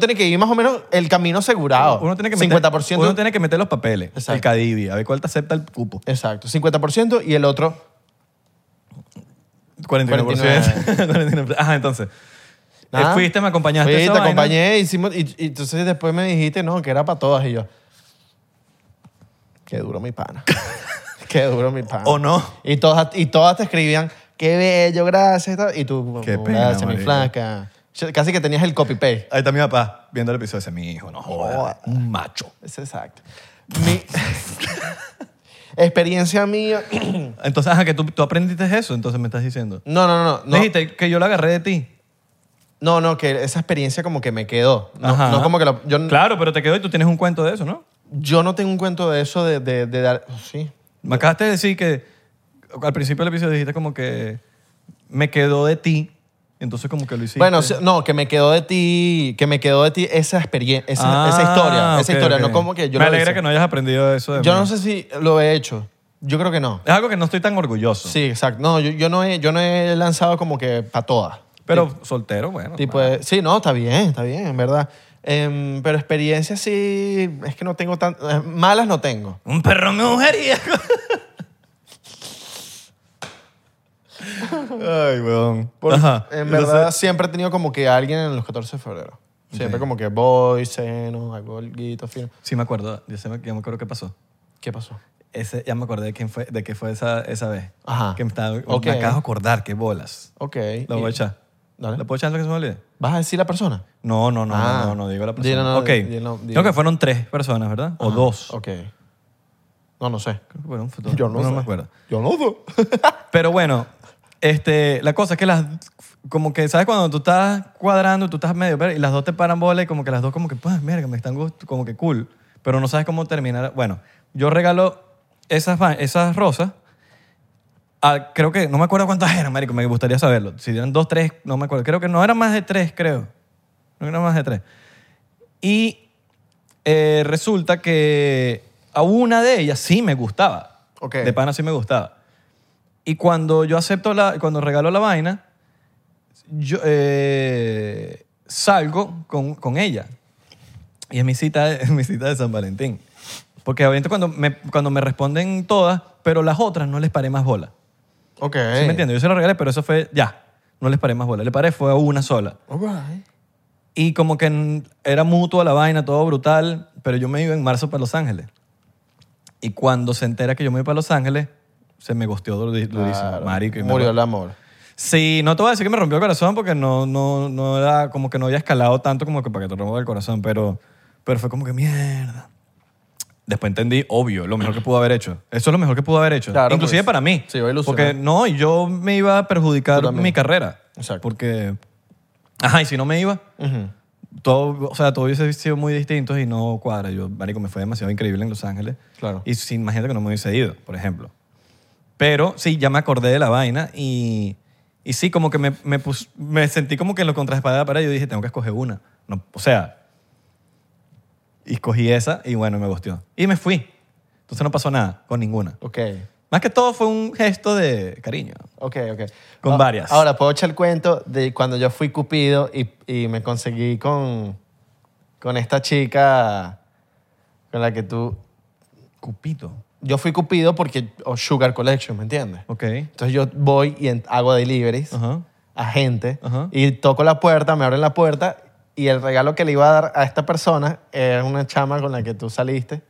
[SPEAKER 1] tiene que ir más o menos el camino asegurado.
[SPEAKER 2] Uno tiene que meter,
[SPEAKER 1] 50%.
[SPEAKER 2] uno tiene que meter los papeles. El
[SPEAKER 1] Exacto.
[SPEAKER 2] Cadivi, a ver cuál te acepta el cupo.
[SPEAKER 1] Exacto, 50% y el otro
[SPEAKER 2] 49%. 49. Ajá, Ah, entonces.
[SPEAKER 1] Nada.
[SPEAKER 2] Eh, Fuiste, me acompañaste.
[SPEAKER 1] Fui,
[SPEAKER 2] a
[SPEAKER 1] te
[SPEAKER 2] esa vaina.
[SPEAKER 1] acompañé, hicimos, y, y entonces después me dijiste, no, que era para todas, y yo, qué duro mi pana, qué duro mi pana.
[SPEAKER 2] O no.
[SPEAKER 1] Y todas, y todas te escribían, qué bello, gracias, y tal, y tú,
[SPEAKER 2] Qué pena,
[SPEAKER 1] gracias, mi
[SPEAKER 2] marico.
[SPEAKER 1] flaca. Yo- Casi que tenías el copy-paste.
[SPEAKER 2] Ahí está mi papá viendo el episodio. Dice, mi hijo, no joda.
[SPEAKER 1] Joda.
[SPEAKER 2] Un macho.
[SPEAKER 1] Es exacto. Mi experiencia mía...
[SPEAKER 2] Entonces, ajá, que tú, tú aprendiste eso, entonces me estás diciendo.
[SPEAKER 1] No, no, no, no.
[SPEAKER 2] Dijiste que yo la agarré de ti.
[SPEAKER 1] No, no, que esa experiencia como que me quedó. No,
[SPEAKER 2] Ajá.
[SPEAKER 1] no como que la- yo,
[SPEAKER 2] Claro, pero te quedó y tú tienes un cuento de eso, ¿no?
[SPEAKER 1] yo no tengo un cuento de eso de, de, de dar... oh, Sí,
[SPEAKER 2] Me acabaste de decir que al principio del episodio dijiste como que me quedó de ti. Entonces como que lo hiciste.
[SPEAKER 1] Bueno, sí, no, que me quedó de ti, que me quedó de ti esa experiencia, esa,
[SPEAKER 2] Ah,
[SPEAKER 1] esa historia, esa
[SPEAKER 2] ok,
[SPEAKER 1] historia,
[SPEAKER 2] ok.
[SPEAKER 1] no como que yo
[SPEAKER 2] Me
[SPEAKER 1] lo
[SPEAKER 2] alegra
[SPEAKER 1] hice.
[SPEAKER 2] que no hayas aprendido eso de
[SPEAKER 1] Yo
[SPEAKER 2] mí.
[SPEAKER 1] no sé si lo he hecho. Yo creo que no.
[SPEAKER 2] Es algo que no estoy tan orgulloso.
[SPEAKER 1] Sí, exacto. No, yo, yo no he yo no he lanzado como que para todas.
[SPEAKER 2] Pero soltero, bueno.
[SPEAKER 1] Tipo, de- sí, no, está bien, está bien, en verdad. Em, pero experiencias sí, es que no tengo tan... eh, Malas no tengo.
[SPEAKER 2] Un perro me mujería. Ay, weón.
[SPEAKER 1] Por-
[SPEAKER 2] Ajá.
[SPEAKER 1] En
[SPEAKER 2] Entonces,
[SPEAKER 1] verdad siempre he tenido como que alguien en los 14 de febrero. Siempre como que voy, ceno, hago algo fino.
[SPEAKER 2] Sí, me acuerdo. Yo sé, ya me acuerdo qué pasó.
[SPEAKER 1] ¿Qué pasó?
[SPEAKER 2] Ese, ya me acordé de quién fue, de qué fue esa, esa vez.
[SPEAKER 1] Ajá.
[SPEAKER 2] Que me, estaba,
[SPEAKER 1] Ok.
[SPEAKER 2] me acabas de acordar, qué bolas.
[SPEAKER 1] Ok.
[SPEAKER 2] La
[SPEAKER 1] y-
[SPEAKER 2] voy a echar.
[SPEAKER 1] Dale.
[SPEAKER 2] ¿La puedo echar antes que se me olvide?
[SPEAKER 1] ¿Vas a decir la persona?
[SPEAKER 2] No, no, no,
[SPEAKER 1] Ah.
[SPEAKER 2] no, no, no, digo la persona.
[SPEAKER 1] Dilo, no,
[SPEAKER 2] ok.
[SPEAKER 1] dilo, dilo.
[SPEAKER 2] Creo que fueron tres personas, ¿verdad? O
[SPEAKER 1] Ajá,
[SPEAKER 2] dos.
[SPEAKER 1] Ok. No, no sé.
[SPEAKER 2] Creo que fueron dos. me acuerdo.
[SPEAKER 1] Yo no sé.
[SPEAKER 2] Pero bueno, este, la cosa es que las, como que, ¿sabes? Cuando tú estás cuadrando, tú estás medio, pero- y las dos te paran bola y como que las dos como que, pues, mira, que me están gust- como que cool, pero no sabes cómo terminar. Bueno, yo regalo esas, va- esas rosas, a- Ah, creo que, no me acuerdo cuántas eran, marico, me gustaría saberlo. Si eran dos, tres, no me acuerdo. Creo que no eran más de tres, creo. No eran más de tres. Y eh, resulta que a una de ellas sí me gustaba.
[SPEAKER 1] Ok.
[SPEAKER 2] De pana sí me gustaba. Y cuando yo acepto la, cuando regalo la vaina, yo eh, salgo con, con ella. Y es mi cita, de- mi cita de San Valentín. Porque obviamente cuando me, cuando me responden todas, pero las otras no les paré más bola.
[SPEAKER 1] ok.
[SPEAKER 2] ¿Sí me entiendes? Yo se lo regalé, pero eso fue ya. No les paré más bola. Le paré fue a una sola.
[SPEAKER 1] All right.
[SPEAKER 2] Y como que en- era mutua la vaina, todo brutal, pero yo me iba en marzo para Los Ángeles. Y cuando se entera que yo me iba para Los Ángeles, se me gosteó durísimo.
[SPEAKER 1] Claro.
[SPEAKER 2] Marico, y me
[SPEAKER 1] Murió el amor.
[SPEAKER 2] Sí, no te voy a decir que me rompió el corazón porque no, no, no era como que no había escalado tanto como que para que te rompa el corazón, pero, pero fue como que mierda. Después entendí, obvio, lo mejor que pudo haber hecho. Eso es lo mejor que pudo haber hecho.
[SPEAKER 1] Claro,
[SPEAKER 2] Inclusive
[SPEAKER 1] pues,
[SPEAKER 2] para mí.
[SPEAKER 1] se iba a ilusionar.
[SPEAKER 2] Porque no, y yo me iba a
[SPEAKER 1] Tú
[SPEAKER 2] perjudicar
[SPEAKER 1] también.
[SPEAKER 2] mi carrera.
[SPEAKER 1] Exacto.
[SPEAKER 2] Porque, ajá, y si no me iba,
[SPEAKER 1] Ujú.
[SPEAKER 2] todo, o sea, todo hubiese sido muy distinto y no cuadra. Yo, marico, me fue demasiado increíble en Los Ángeles.
[SPEAKER 1] Claro.
[SPEAKER 2] Y sin imagínate que no me hubiese ido, por ejemplo. Pero sí, ya me acordé de la vaina y, y sí, como que me, me, pus- me sentí como que en lo contraespada para yo dije, tengo que escoger una. No, o sea, y escogí esa y bueno, me gustó. Y me fui. Entonces no pasó nada con ninguna.
[SPEAKER 1] Ok.
[SPEAKER 2] Más que todo fue un gesto de cariño.
[SPEAKER 1] Ok, ok.
[SPEAKER 2] Con
[SPEAKER 1] Ah,
[SPEAKER 2] varias.
[SPEAKER 1] Ahora, puedo echar el cuento de cuando yo fui Cupido y, y me conseguí con, con esta chica con la que tú.
[SPEAKER 2] Cupito.
[SPEAKER 1] Yo fui Cupido porque. O Sugar Collection, ¿me entiendes?
[SPEAKER 2] Ok.
[SPEAKER 1] Entonces yo voy y en- hago deliveries
[SPEAKER 2] Ajá.
[SPEAKER 1] a gente
[SPEAKER 2] Ajá.
[SPEAKER 1] y toco la puerta, me abren la puerta y el regalo que le iba a dar a esta persona es una chama con la que tú saliste.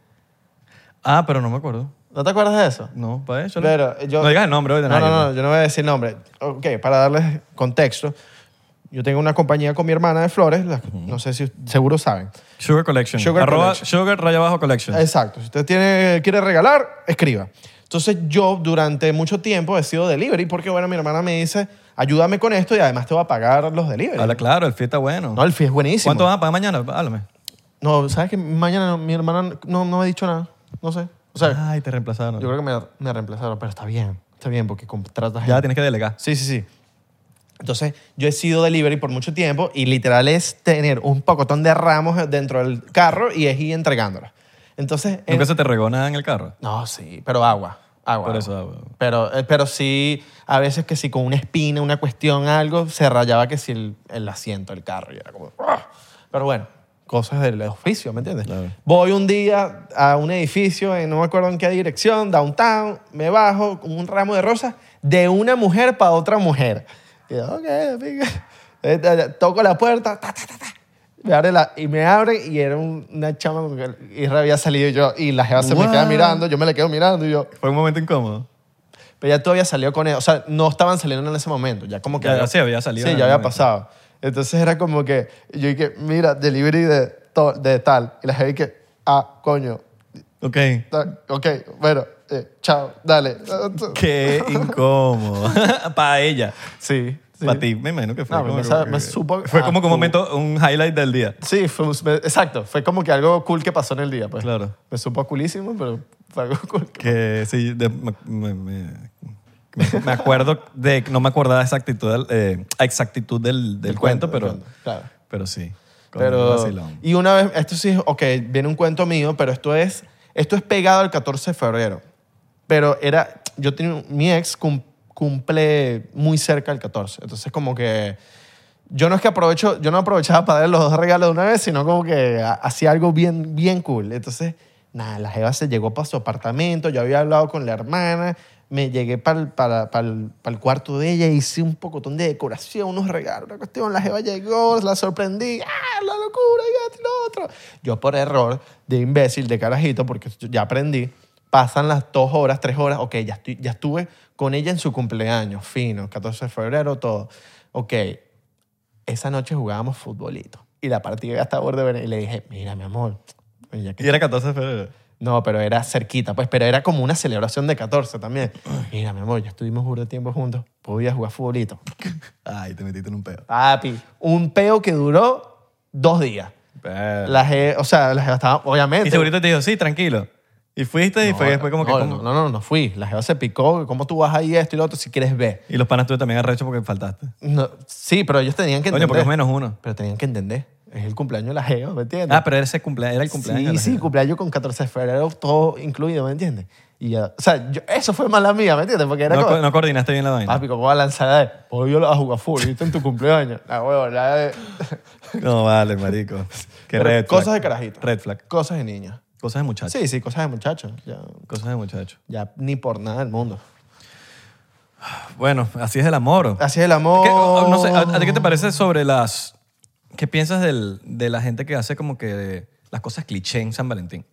[SPEAKER 2] Ah, pero no me acuerdo.
[SPEAKER 1] ¿No te acuerdas de eso?
[SPEAKER 2] No, para eso.
[SPEAKER 1] Pero eh, yo-
[SPEAKER 2] no digas el nombre de
[SPEAKER 1] No,
[SPEAKER 2] nadie, pues.
[SPEAKER 1] no, no, yo no voy a decir nombre. Ok, para darles contexto, yo tengo una compañía con mi hermana de flores, la- no sé si seguro saben.
[SPEAKER 2] Sugar Collection.
[SPEAKER 1] Sugar
[SPEAKER 2] Arroba
[SPEAKER 1] Collection.
[SPEAKER 2] Sugar raya abajo Collection.
[SPEAKER 1] Exacto, si usted tiene, quiere regalar, escriba. Entonces yo durante mucho tiempo he sido delivery porque, bueno, mi hermana me dice, ayúdame con esto y además te voy a pagar los delivery.
[SPEAKER 2] Habla Ah, claro, el fiesta bueno.
[SPEAKER 1] No, el fee es buenísimo.
[SPEAKER 2] ¿Cuánto van a pagar mañana? Háblame.
[SPEAKER 1] No, ¿sabes que Mañana no- mi hermana no, no me ha dicho nada. No sé. O sea,
[SPEAKER 2] Ay, te reemplazaron.
[SPEAKER 1] yo creo que me, me reemplazaron, pero está bien. Está bien porque contratas
[SPEAKER 2] Ya
[SPEAKER 1] gente.
[SPEAKER 2] tienes que delegar.
[SPEAKER 1] Sí, sí, sí. Entonces, yo he sido delivery por mucho tiempo y literal es tener un pocotón de ramos dentro del carro y es ir entregándolos. Entonces, en-
[SPEAKER 2] Nunca se te regó nada en el carro.
[SPEAKER 1] no, sí, pero agua. Agua.
[SPEAKER 2] Por
[SPEAKER 1] agua.
[SPEAKER 2] eso, agua.
[SPEAKER 1] Pero, eh, pero sí, a veces que sí, con una espina, una cuestión, algo, se rayaba que si el, el asiento, el carro, y era como. "Uah". Pero bueno, cosas del oficio, ¿me entiendes?
[SPEAKER 2] Claro.
[SPEAKER 1] Voy un día a un edificio, en- no me acuerdo en qué dirección, downtown, me bajo con un ramo de rosas de una mujer para otra mujer. Y yo, ok, amiga. Eh, eh, Toco la puerta, ta, ta, ta, ta. Me abre la, y me abre y era un- una chama con que Isra había salido yo y la jeva se me queda
[SPEAKER 2] Wow.
[SPEAKER 1] mirando, yo me la quedo mirando y yo,
[SPEAKER 2] Fue un momento incómodo.
[SPEAKER 1] pero ya todavía salió con él. O sea, no estaban saliendo en ese momento. Ya como que...
[SPEAKER 2] Ya, ya sí, había salido
[SPEAKER 1] Sí,
[SPEAKER 2] en
[SPEAKER 1] ya
[SPEAKER 2] el
[SPEAKER 1] había
[SPEAKER 2] momento.
[SPEAKER 1] pasado. Entonces era como que... Yo dije, mira, delivery de, to- de tal. Y la gente que... Ah, coño.
[SPEAKER 2] Ok.
[SPEAKER 1] ta- ok, bueno. eh, chao, dale.
[SPEAKER 2] Qué incómodo. Para ella.
[SPEAKER 1] Sí. sí.
[SPEAKER 2] Para ti, me imagino que fue.
[SPEAKER 1] No, me sa- me supo-
[SPEAKER 2] Fue
[SPEAKER 1] ah,
[SPEAKER 2] como que un
[SPEAKER 1] tú.
[SPEAKER 2] momento, un highlight del día.
[SPEAKER 1] Sí, fue un- me- exacto. Fue como que algo cool que pasó en el día. Pues.
[SPEAKER 2] Claro.
[SPEAKER 1] Me supo culísimo, pero fue algo cool.
[SPEAKER 2] Que sí, de- me, me- me- me- me acuerdo de. No me acordaba exactitud, eh, exactitud del, del cuento, pero,
[SPEAKER 1] Claro.
[SPEAKER 2] pero sí. Con un
[SPEAKER 1] Pero,
[SPEAKER 2] vacilón.
[SPEAKER 1] y una vez, esto sí es, ok, viene un cuento mío, pero esto es, esto es pegado al 14 de febrero. Pero era, yo tenía, mi ex cum- cumple muy cerca del 14, entonces como que Yo no es que aprovecho, yo no aprovechaba para darle los dos regalos de una vez, sino como que ha- hacía algo bien, bien cool. Entonces, nada, la Jeva se llegó para su apartamento, yo había hablado con la hermana, me llegué para el cuarto de ella, hice un pocotón de decoración, unos regalos, una cuestión. La Jeva llegó, la sorprendí, ¡ah, la locura! Y esto y lo otro. Yo, por error de imbécil, de carajito, porque ya aprendí, pasan las dos horas, tres horas, ok, ya, estoy- ya estuve con ella en su cumpleaños, fino, 14 de febrero, todo. Ok, esa noche jugábamos futbolito. Y la partida ya estaba a borde de Venezuela. Y le dije, mira, mi amor. ya que-
[SPEAKER 2] Y era 14 de febrero.
[SPEAKER 1] No, pero era cerquita, pues. Pero era como una celebración de 14 también. Mira, mi amor, ya estuvimos burda de tiempo juntos. Podía jugar futbolito.
[SPEAKER 2] Ay, te metiste en un pedo.
[SPEAKER 1] Papi, un peo que duró dos días. La je- o sea, la jeva estaba, obviamente.
[SPEAKER 2] Y segurito te dijo, sí, tranquilo. Y fuiste y fue después como que...
[SPEAKER 1] no,
[SPEAKER 2] como-
[SPEAKER 1] No, no, no, no fui. La jeva se picó. ¿Cómo tú vas ahí esto y lo otro si quieres ver?
[SPEAKER 2] Y los panas tú también arrecho porque faltaste.
[SPEAKER 1] No, sí, pero ellos tenían que
[SPEAKER 2] Coño,
[SPEAKER 1] entender.
[SPEAKER 2] porque es menos uno.
[SPEAKER 1] Pero tenían que entender. Es el cumpleaños de la jeva, ¿me entiendes?
[SPEAKER 2] Ah, pero era, ese cumplea- era el cumpleaños. de la
[SPEAKER 1] Sí, sí,
[SPEAKER 2] gente.
[SPEAKER 1] cumpleaños con 14 de febrero, todo incluido, ¿me entiendes? Y ya, o sea, yo- eso fue mala mía, ¿me entiendes? Porque era Ah.
[SPEAKER 2] No,
[SPEAKER 1] como,
[SPEAKER 2] co- no coordinaste bien la vaina.
[SPEAKER 1] papi, ¿cómo va a lanzar? de, Pues yo la voy a jugar full, ¿viste? En tu cumpleaños. La huevo, la de...
[SPEAKER 2] No, vale, marico. Qué
[SPEAKER 1] Pero
[SPEAKER 2] red flag.
[SPEAKER 1] cosas de carajito.
[SPEAKER 2] Red flag.
[SPEAKER 1] Cosas de niños.
[SPEAKER 2] Cosas de muchacho.
[SPEAKER 1] Sí, sí, cosas de muchachos. Ya,
[SPEAKER 2] Cosas de muchacho.
[SPEAKER 1] ya ni por nada del mundo.
[SPEAKER 2] Bueno, así es el amor.
[SPEAKER 1] Así Oh. es el amor.
[SPEAKER 2] ¿Qué- o- no sé, ¿a, a ti qué te parece sobre las... ¿Qué piensas del- de la gente que hace como que las cosas cliché en San Valentín?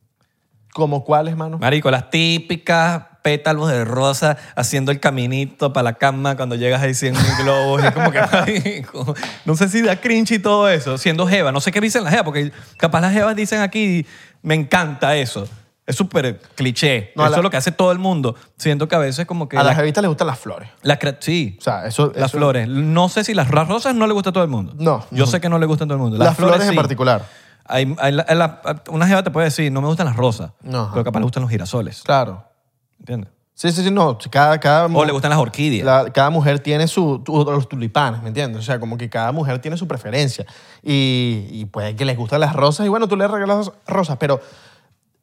[SPEAKER 1] ¿Como cuáles, mano?
[SPEAKER 2] Marico, las típicas pétalos de rosa haciendo el caminito para la cama cuando llegas ahí 100 mil globos. y es como que, marico, no sé si da cringe y todo eso. Siendo jeva, no sé qué dicen las jevas, porque capaz las jevas dicen aquí, me encanta eso. Es súper cliché.
[SPEAKER 1] No, a
[SPEAKER 2] eso
[SPEAKER 1] la-
[SPEAKER 2] es lo que hace todo el mundo. Siento que a veces como que...
[SPEAKER 1] A
[SPEAKER 2] la-
[SPEAKER 1] las revistas les gustan las flores.
[SPEAKER 2] la cre- sí,
[SPEAKER 1] O sea, eso...
[SPEAKER 2] las
[SPEAKER 1] eso-
[SPEAKER 2] flores. No sé si las, las rosas no le gusta a todo el mundo.
[SPEAKER 1] No.
[SPEAKER 2] Yo sé que no le gustan a todo el mundo.
[SPEAKER 1] Las, flores, en
[SPEAKER 2] sí.
[SPEAKER 1] particular.
[SPEAKER 2] Hay- hay la- hay la- una jeva te puede decir, no me gustan las rosas,
[SPEAKER 1] Ajá.
[SPEAKER 2] pero capaz le gustan los girasoles.
[SPEAKER 1] Claro.
[SPEAKER 2] ¿Entiendes?
[SPEAKER 1] Sí, sí, sí, no. Cada, cada
[SPEAKER 2] O le gustan las orquídeas.
[SPEAKER 1] La- cada mujer tiene su, tu- los tulipanes, ¿me entiendes? O sea, como que cada mujer tiene su preferencia. Y, y puede que les gustan las rosas y bueno, tú les regalas rosas, pero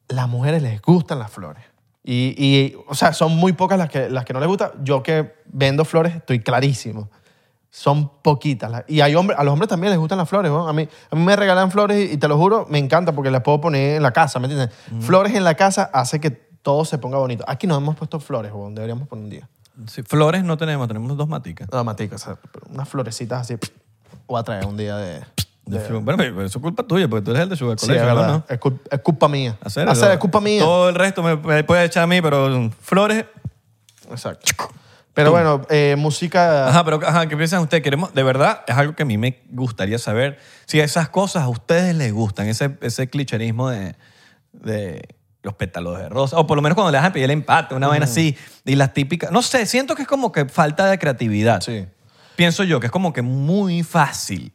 [SPEAKER 1] las mujeres les gustan las flores. Y, y, o sea, son muy pocas las que, las que no les gusta. Yo que vendo flores, estoy clarísimo. Son poquitas. las- Y hay hombres, a los hombres también les gustan las flores. ¿no? A, mí, a mí me regalan flores y, y te lo juro, me encanta porque las puedo poner en la casa, ¿me entiendes? Flores en la casa hace que todo se ponga bonito. Aquí no hemos puesto flores, ¿no? deberíamos poner un día.
[SPEAKER 2] Sí, flores no tenemos, tenemos dos maticas.
[SPEAKER 1] No, matica, o sea, pero unas florecitas así. Voy a traer un día de.
[SPEAKER 2] De fru- Bueno, pero eso es culpa tuya, porque tú eres el de Sugar
[SPEAKER 1] Sí,
[SPEAKER 2] Collection,
[SPEAKER 1] es
[SPEAKER 2] ¿no?
[SPEAKER 1] verdad.
[SPEAKER 2] ¿no?
[SPEAKER 1] Es, cul- es culpa mía.
[SPEAKER 2] Hacer,
[SPEAKER 1] Hacer,
[SPEAKER 2] ¿no?
[SPEAKER 1] es culpa mía.
[SPEAKER 2] Todo el resto me, me puede echar a mí, pero flores.
[SPEAKER 1] Exacto. Pero bueno, eh, música.
[SPEAKER 2] Ajá, pero ajá, ¿qué piensan ustedes? Queremos, de verdad, es algo que a mí me gustaría saber si esas cosas a ustedes les gustan, ese, ese clicherismo de, de los pétalos de rosa, o por lo menos cuando le dejan pedir el empate, una
[SPEAKER 1] Mm.
[SPEAKER 2] vaina así, y las típicas, no sé, siento que es como que falta de creatividad.
[SPEAKER 1] Sí.
[SPEAKER 2] Pienso yo que es como que muy fácil.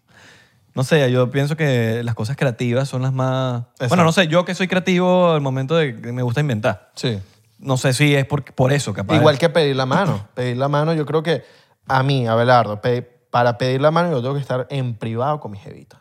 [SPEAKER 2] No sé, yo pienso que las cosas creativas son las más...
[SPEAKER 1] Exacto.
[SPEAKER 2] Bueno, no sé, yo que soy creativo al momento de que me gusta inventar.
[SPEAKER 1] Sí.
[SPEAKER 2] No sé si es por, por eso, capaz.
[SPEAKER 1] Igual que pedir la mano. Pedir la mano, yo creo que a mí, Abelardo, pe- para pedir la mano yo tengo que estar en privado con mi jevita.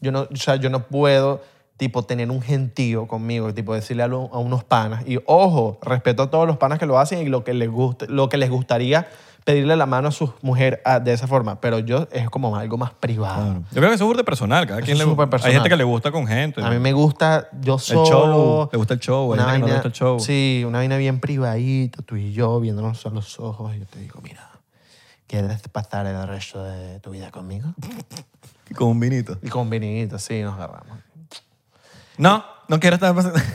[SPEAKER 1] Yo no, o sea, yo no puedo tipo tener un gentío conmigo, tipo decirle a, lo- a unos panas y ojo, respeto a todos los panas que lo hacen y lo que les guste, lo que les gustaría pedirle la mano a sus mujeres ah, de esa forma, pero yo es como algo más privado.
[SPEAKER 2] Claro. Yo creo que eso es burda personal. Cada
[SPEAKER 1] Eso
[SPEAKER 2] quien
[SPEAKER 1] es
[SPEAKER 2] le,
[SPEAKER 1] súper personal.
[SPEAKER 2] Hay gente que le gusta con gente.
[SPEAKER 1] A mí me gusta yo solo.
[SPEAKER 2] show, le gusta el show, hay
[SPEAKER 1] una
[SPEAKER 2] gente que no le gusta el show.
[SPEAKER 1] Sí, una vaina bien privadita, tú y yo, viéndonos a los ojos. Y yo te digo, mira, ¿quieres pasar el resto de tu vida conmigo?
[SPEAKER 2] Con un vinito.
[SPEAKER 1] Y con vinito, sí, nos agarramos.
[SPEAKER 2] No, no quiero estar pasando-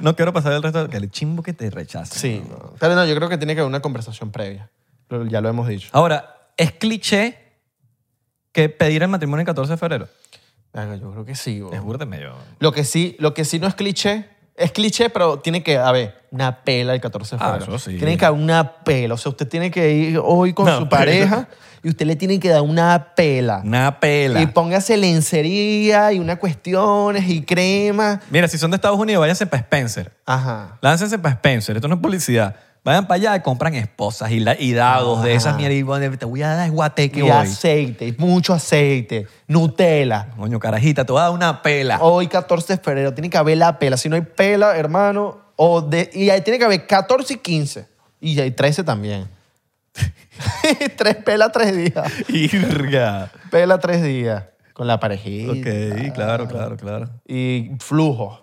[SPEAKER 2] No quiero pasar el resto. Que el chimbo que te rechaza.
[SPEAKER 1] Sí. no. Pero no, yo creo que tiene que haber una conversación previa. Lo- Ya lo hemos dicho.
[SPEAKER 2] Ahora, es cliché que pedir el matrimonio el 14 de febrero.
[SPEAKER 1] Verga, Ah, Yo creo que sí. bo.
[SPEAKER 2] Es burda medio.
[SPEAKER 1] Lo que sí, lo que sí no es cliché, es cliché, pero tiene que haber una pela el 14 de
[SPEAKER 2] Ah,
[SPEAKER 1] febrero.
[SPEAKER 2] eso sí.
[SPEAKER 1] Tiene que haber una pela. O sea, usted tiene que ir hoy con
[SPEAKER 2] Una
[SPEAKER 1] su
[SPEAKER 2] pela.
[SPEAKER 1] pareja y usted le tiene que dar una pela.
[SPEAKER 2] Una pela.
[SPEAKER 1] Y póngase lencería y unas cuestiones y crema.
[SPEAKER 2] Mira, si son de Estados Unidos, váyanse para Spencer.
[SPEAKER 1] Ajá.
[SPEAKER 2] Láncense para Spencer. Esto no es publicidad. Vayan para allá y compran esposas y, la- y dados de
[SPEAKER 1] Ah.
[SPEAKER 2] esas mierdas. y bueno, Te voy a dar guateque
[SPEAKER 1] Y
[SPEAKER 2] hoy.
[SPEAKER 1] aceite, y mucho aceite, Nutella.
[SPEAKER 2] Coño, carajita, te voy a dar una pela.
[SPEAKER 1] Hoy 14 de febrero tiene que haber la pela. Si no hay pela, hermano, o de, y ahí tiene que haber 14 y 15. Y hay 13 también. tres pela tres días.
[SPEAKER 2] Irga.
[SPEAKER 1] Pela tres días. Con la parejita.
[SPEAKER 2] Ok, claro, claro, claro.
[SPEAKER 1] Y flujo.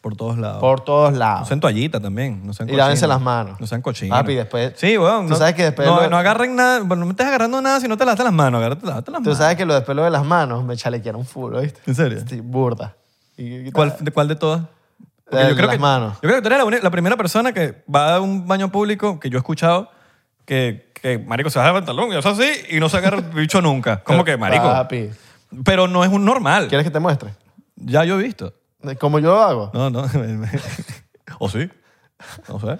[SPEAKER 2] Por todos lados.
[SPEAKER 1] Por todos
[SPEAKER 2] No
[SPEAKER 1] lados.
[SPEAKER 2] sean toallita también. No sean
[SPEAKER 1] Y lávense
[SPEAKER 2] cochinos.
[SPEAKER 1] las manos.
[SPEAKER 2] No sean cochinos.
[SPEAKER 1] Papi, después-
[SPEAKER 2] Sí, weón.
[SPEAKER 1] Tú
[SPEAKER 2] no,
[SPEAKER 1] sabes que después
[SPEAKER 2] No,
[SPEAKER 1] lo-
[SPEAKER 2] no agarren nada. bueno, no me estés agarrando nada si no te lavaste las manos. Agárrate, lávate las
[SPEAKER 1] Tú
[SPEAKER 2] manos.
[SPEAKER 1] sabes que lo después lo de las manos me chalequearon full, ¿oíste?
[SPEAKER 2] ¿En serio?
[SPEAKER 1] Sí, burda. Y-
[SPEAKER 2] ¿Cuál de, cuál de todas? Porque
[SPEAKER 1] de Eh, las
[SPEAKER 2] que,
[SPEAKER 1] manos.
[SPEAKER 2] Yo creo que tú eres la, uni- la primera persona que va a un baño público que yo he escuchado que, que marico, se baja el pantalón y hace así y no se agarra el bicho nunca. Como que, marico.
[SPEAKER 1] Papi,
[SPEAKER 2] Pero no es un normal.
[SPEAKER 1] ¿quieres que te muestre?
[SPEAKER 2] Ya yo he visto.
[SPEAKER 1] ¿Cómo yo lo hago?
[SPEAKER 2] No, no. o sí. No sé.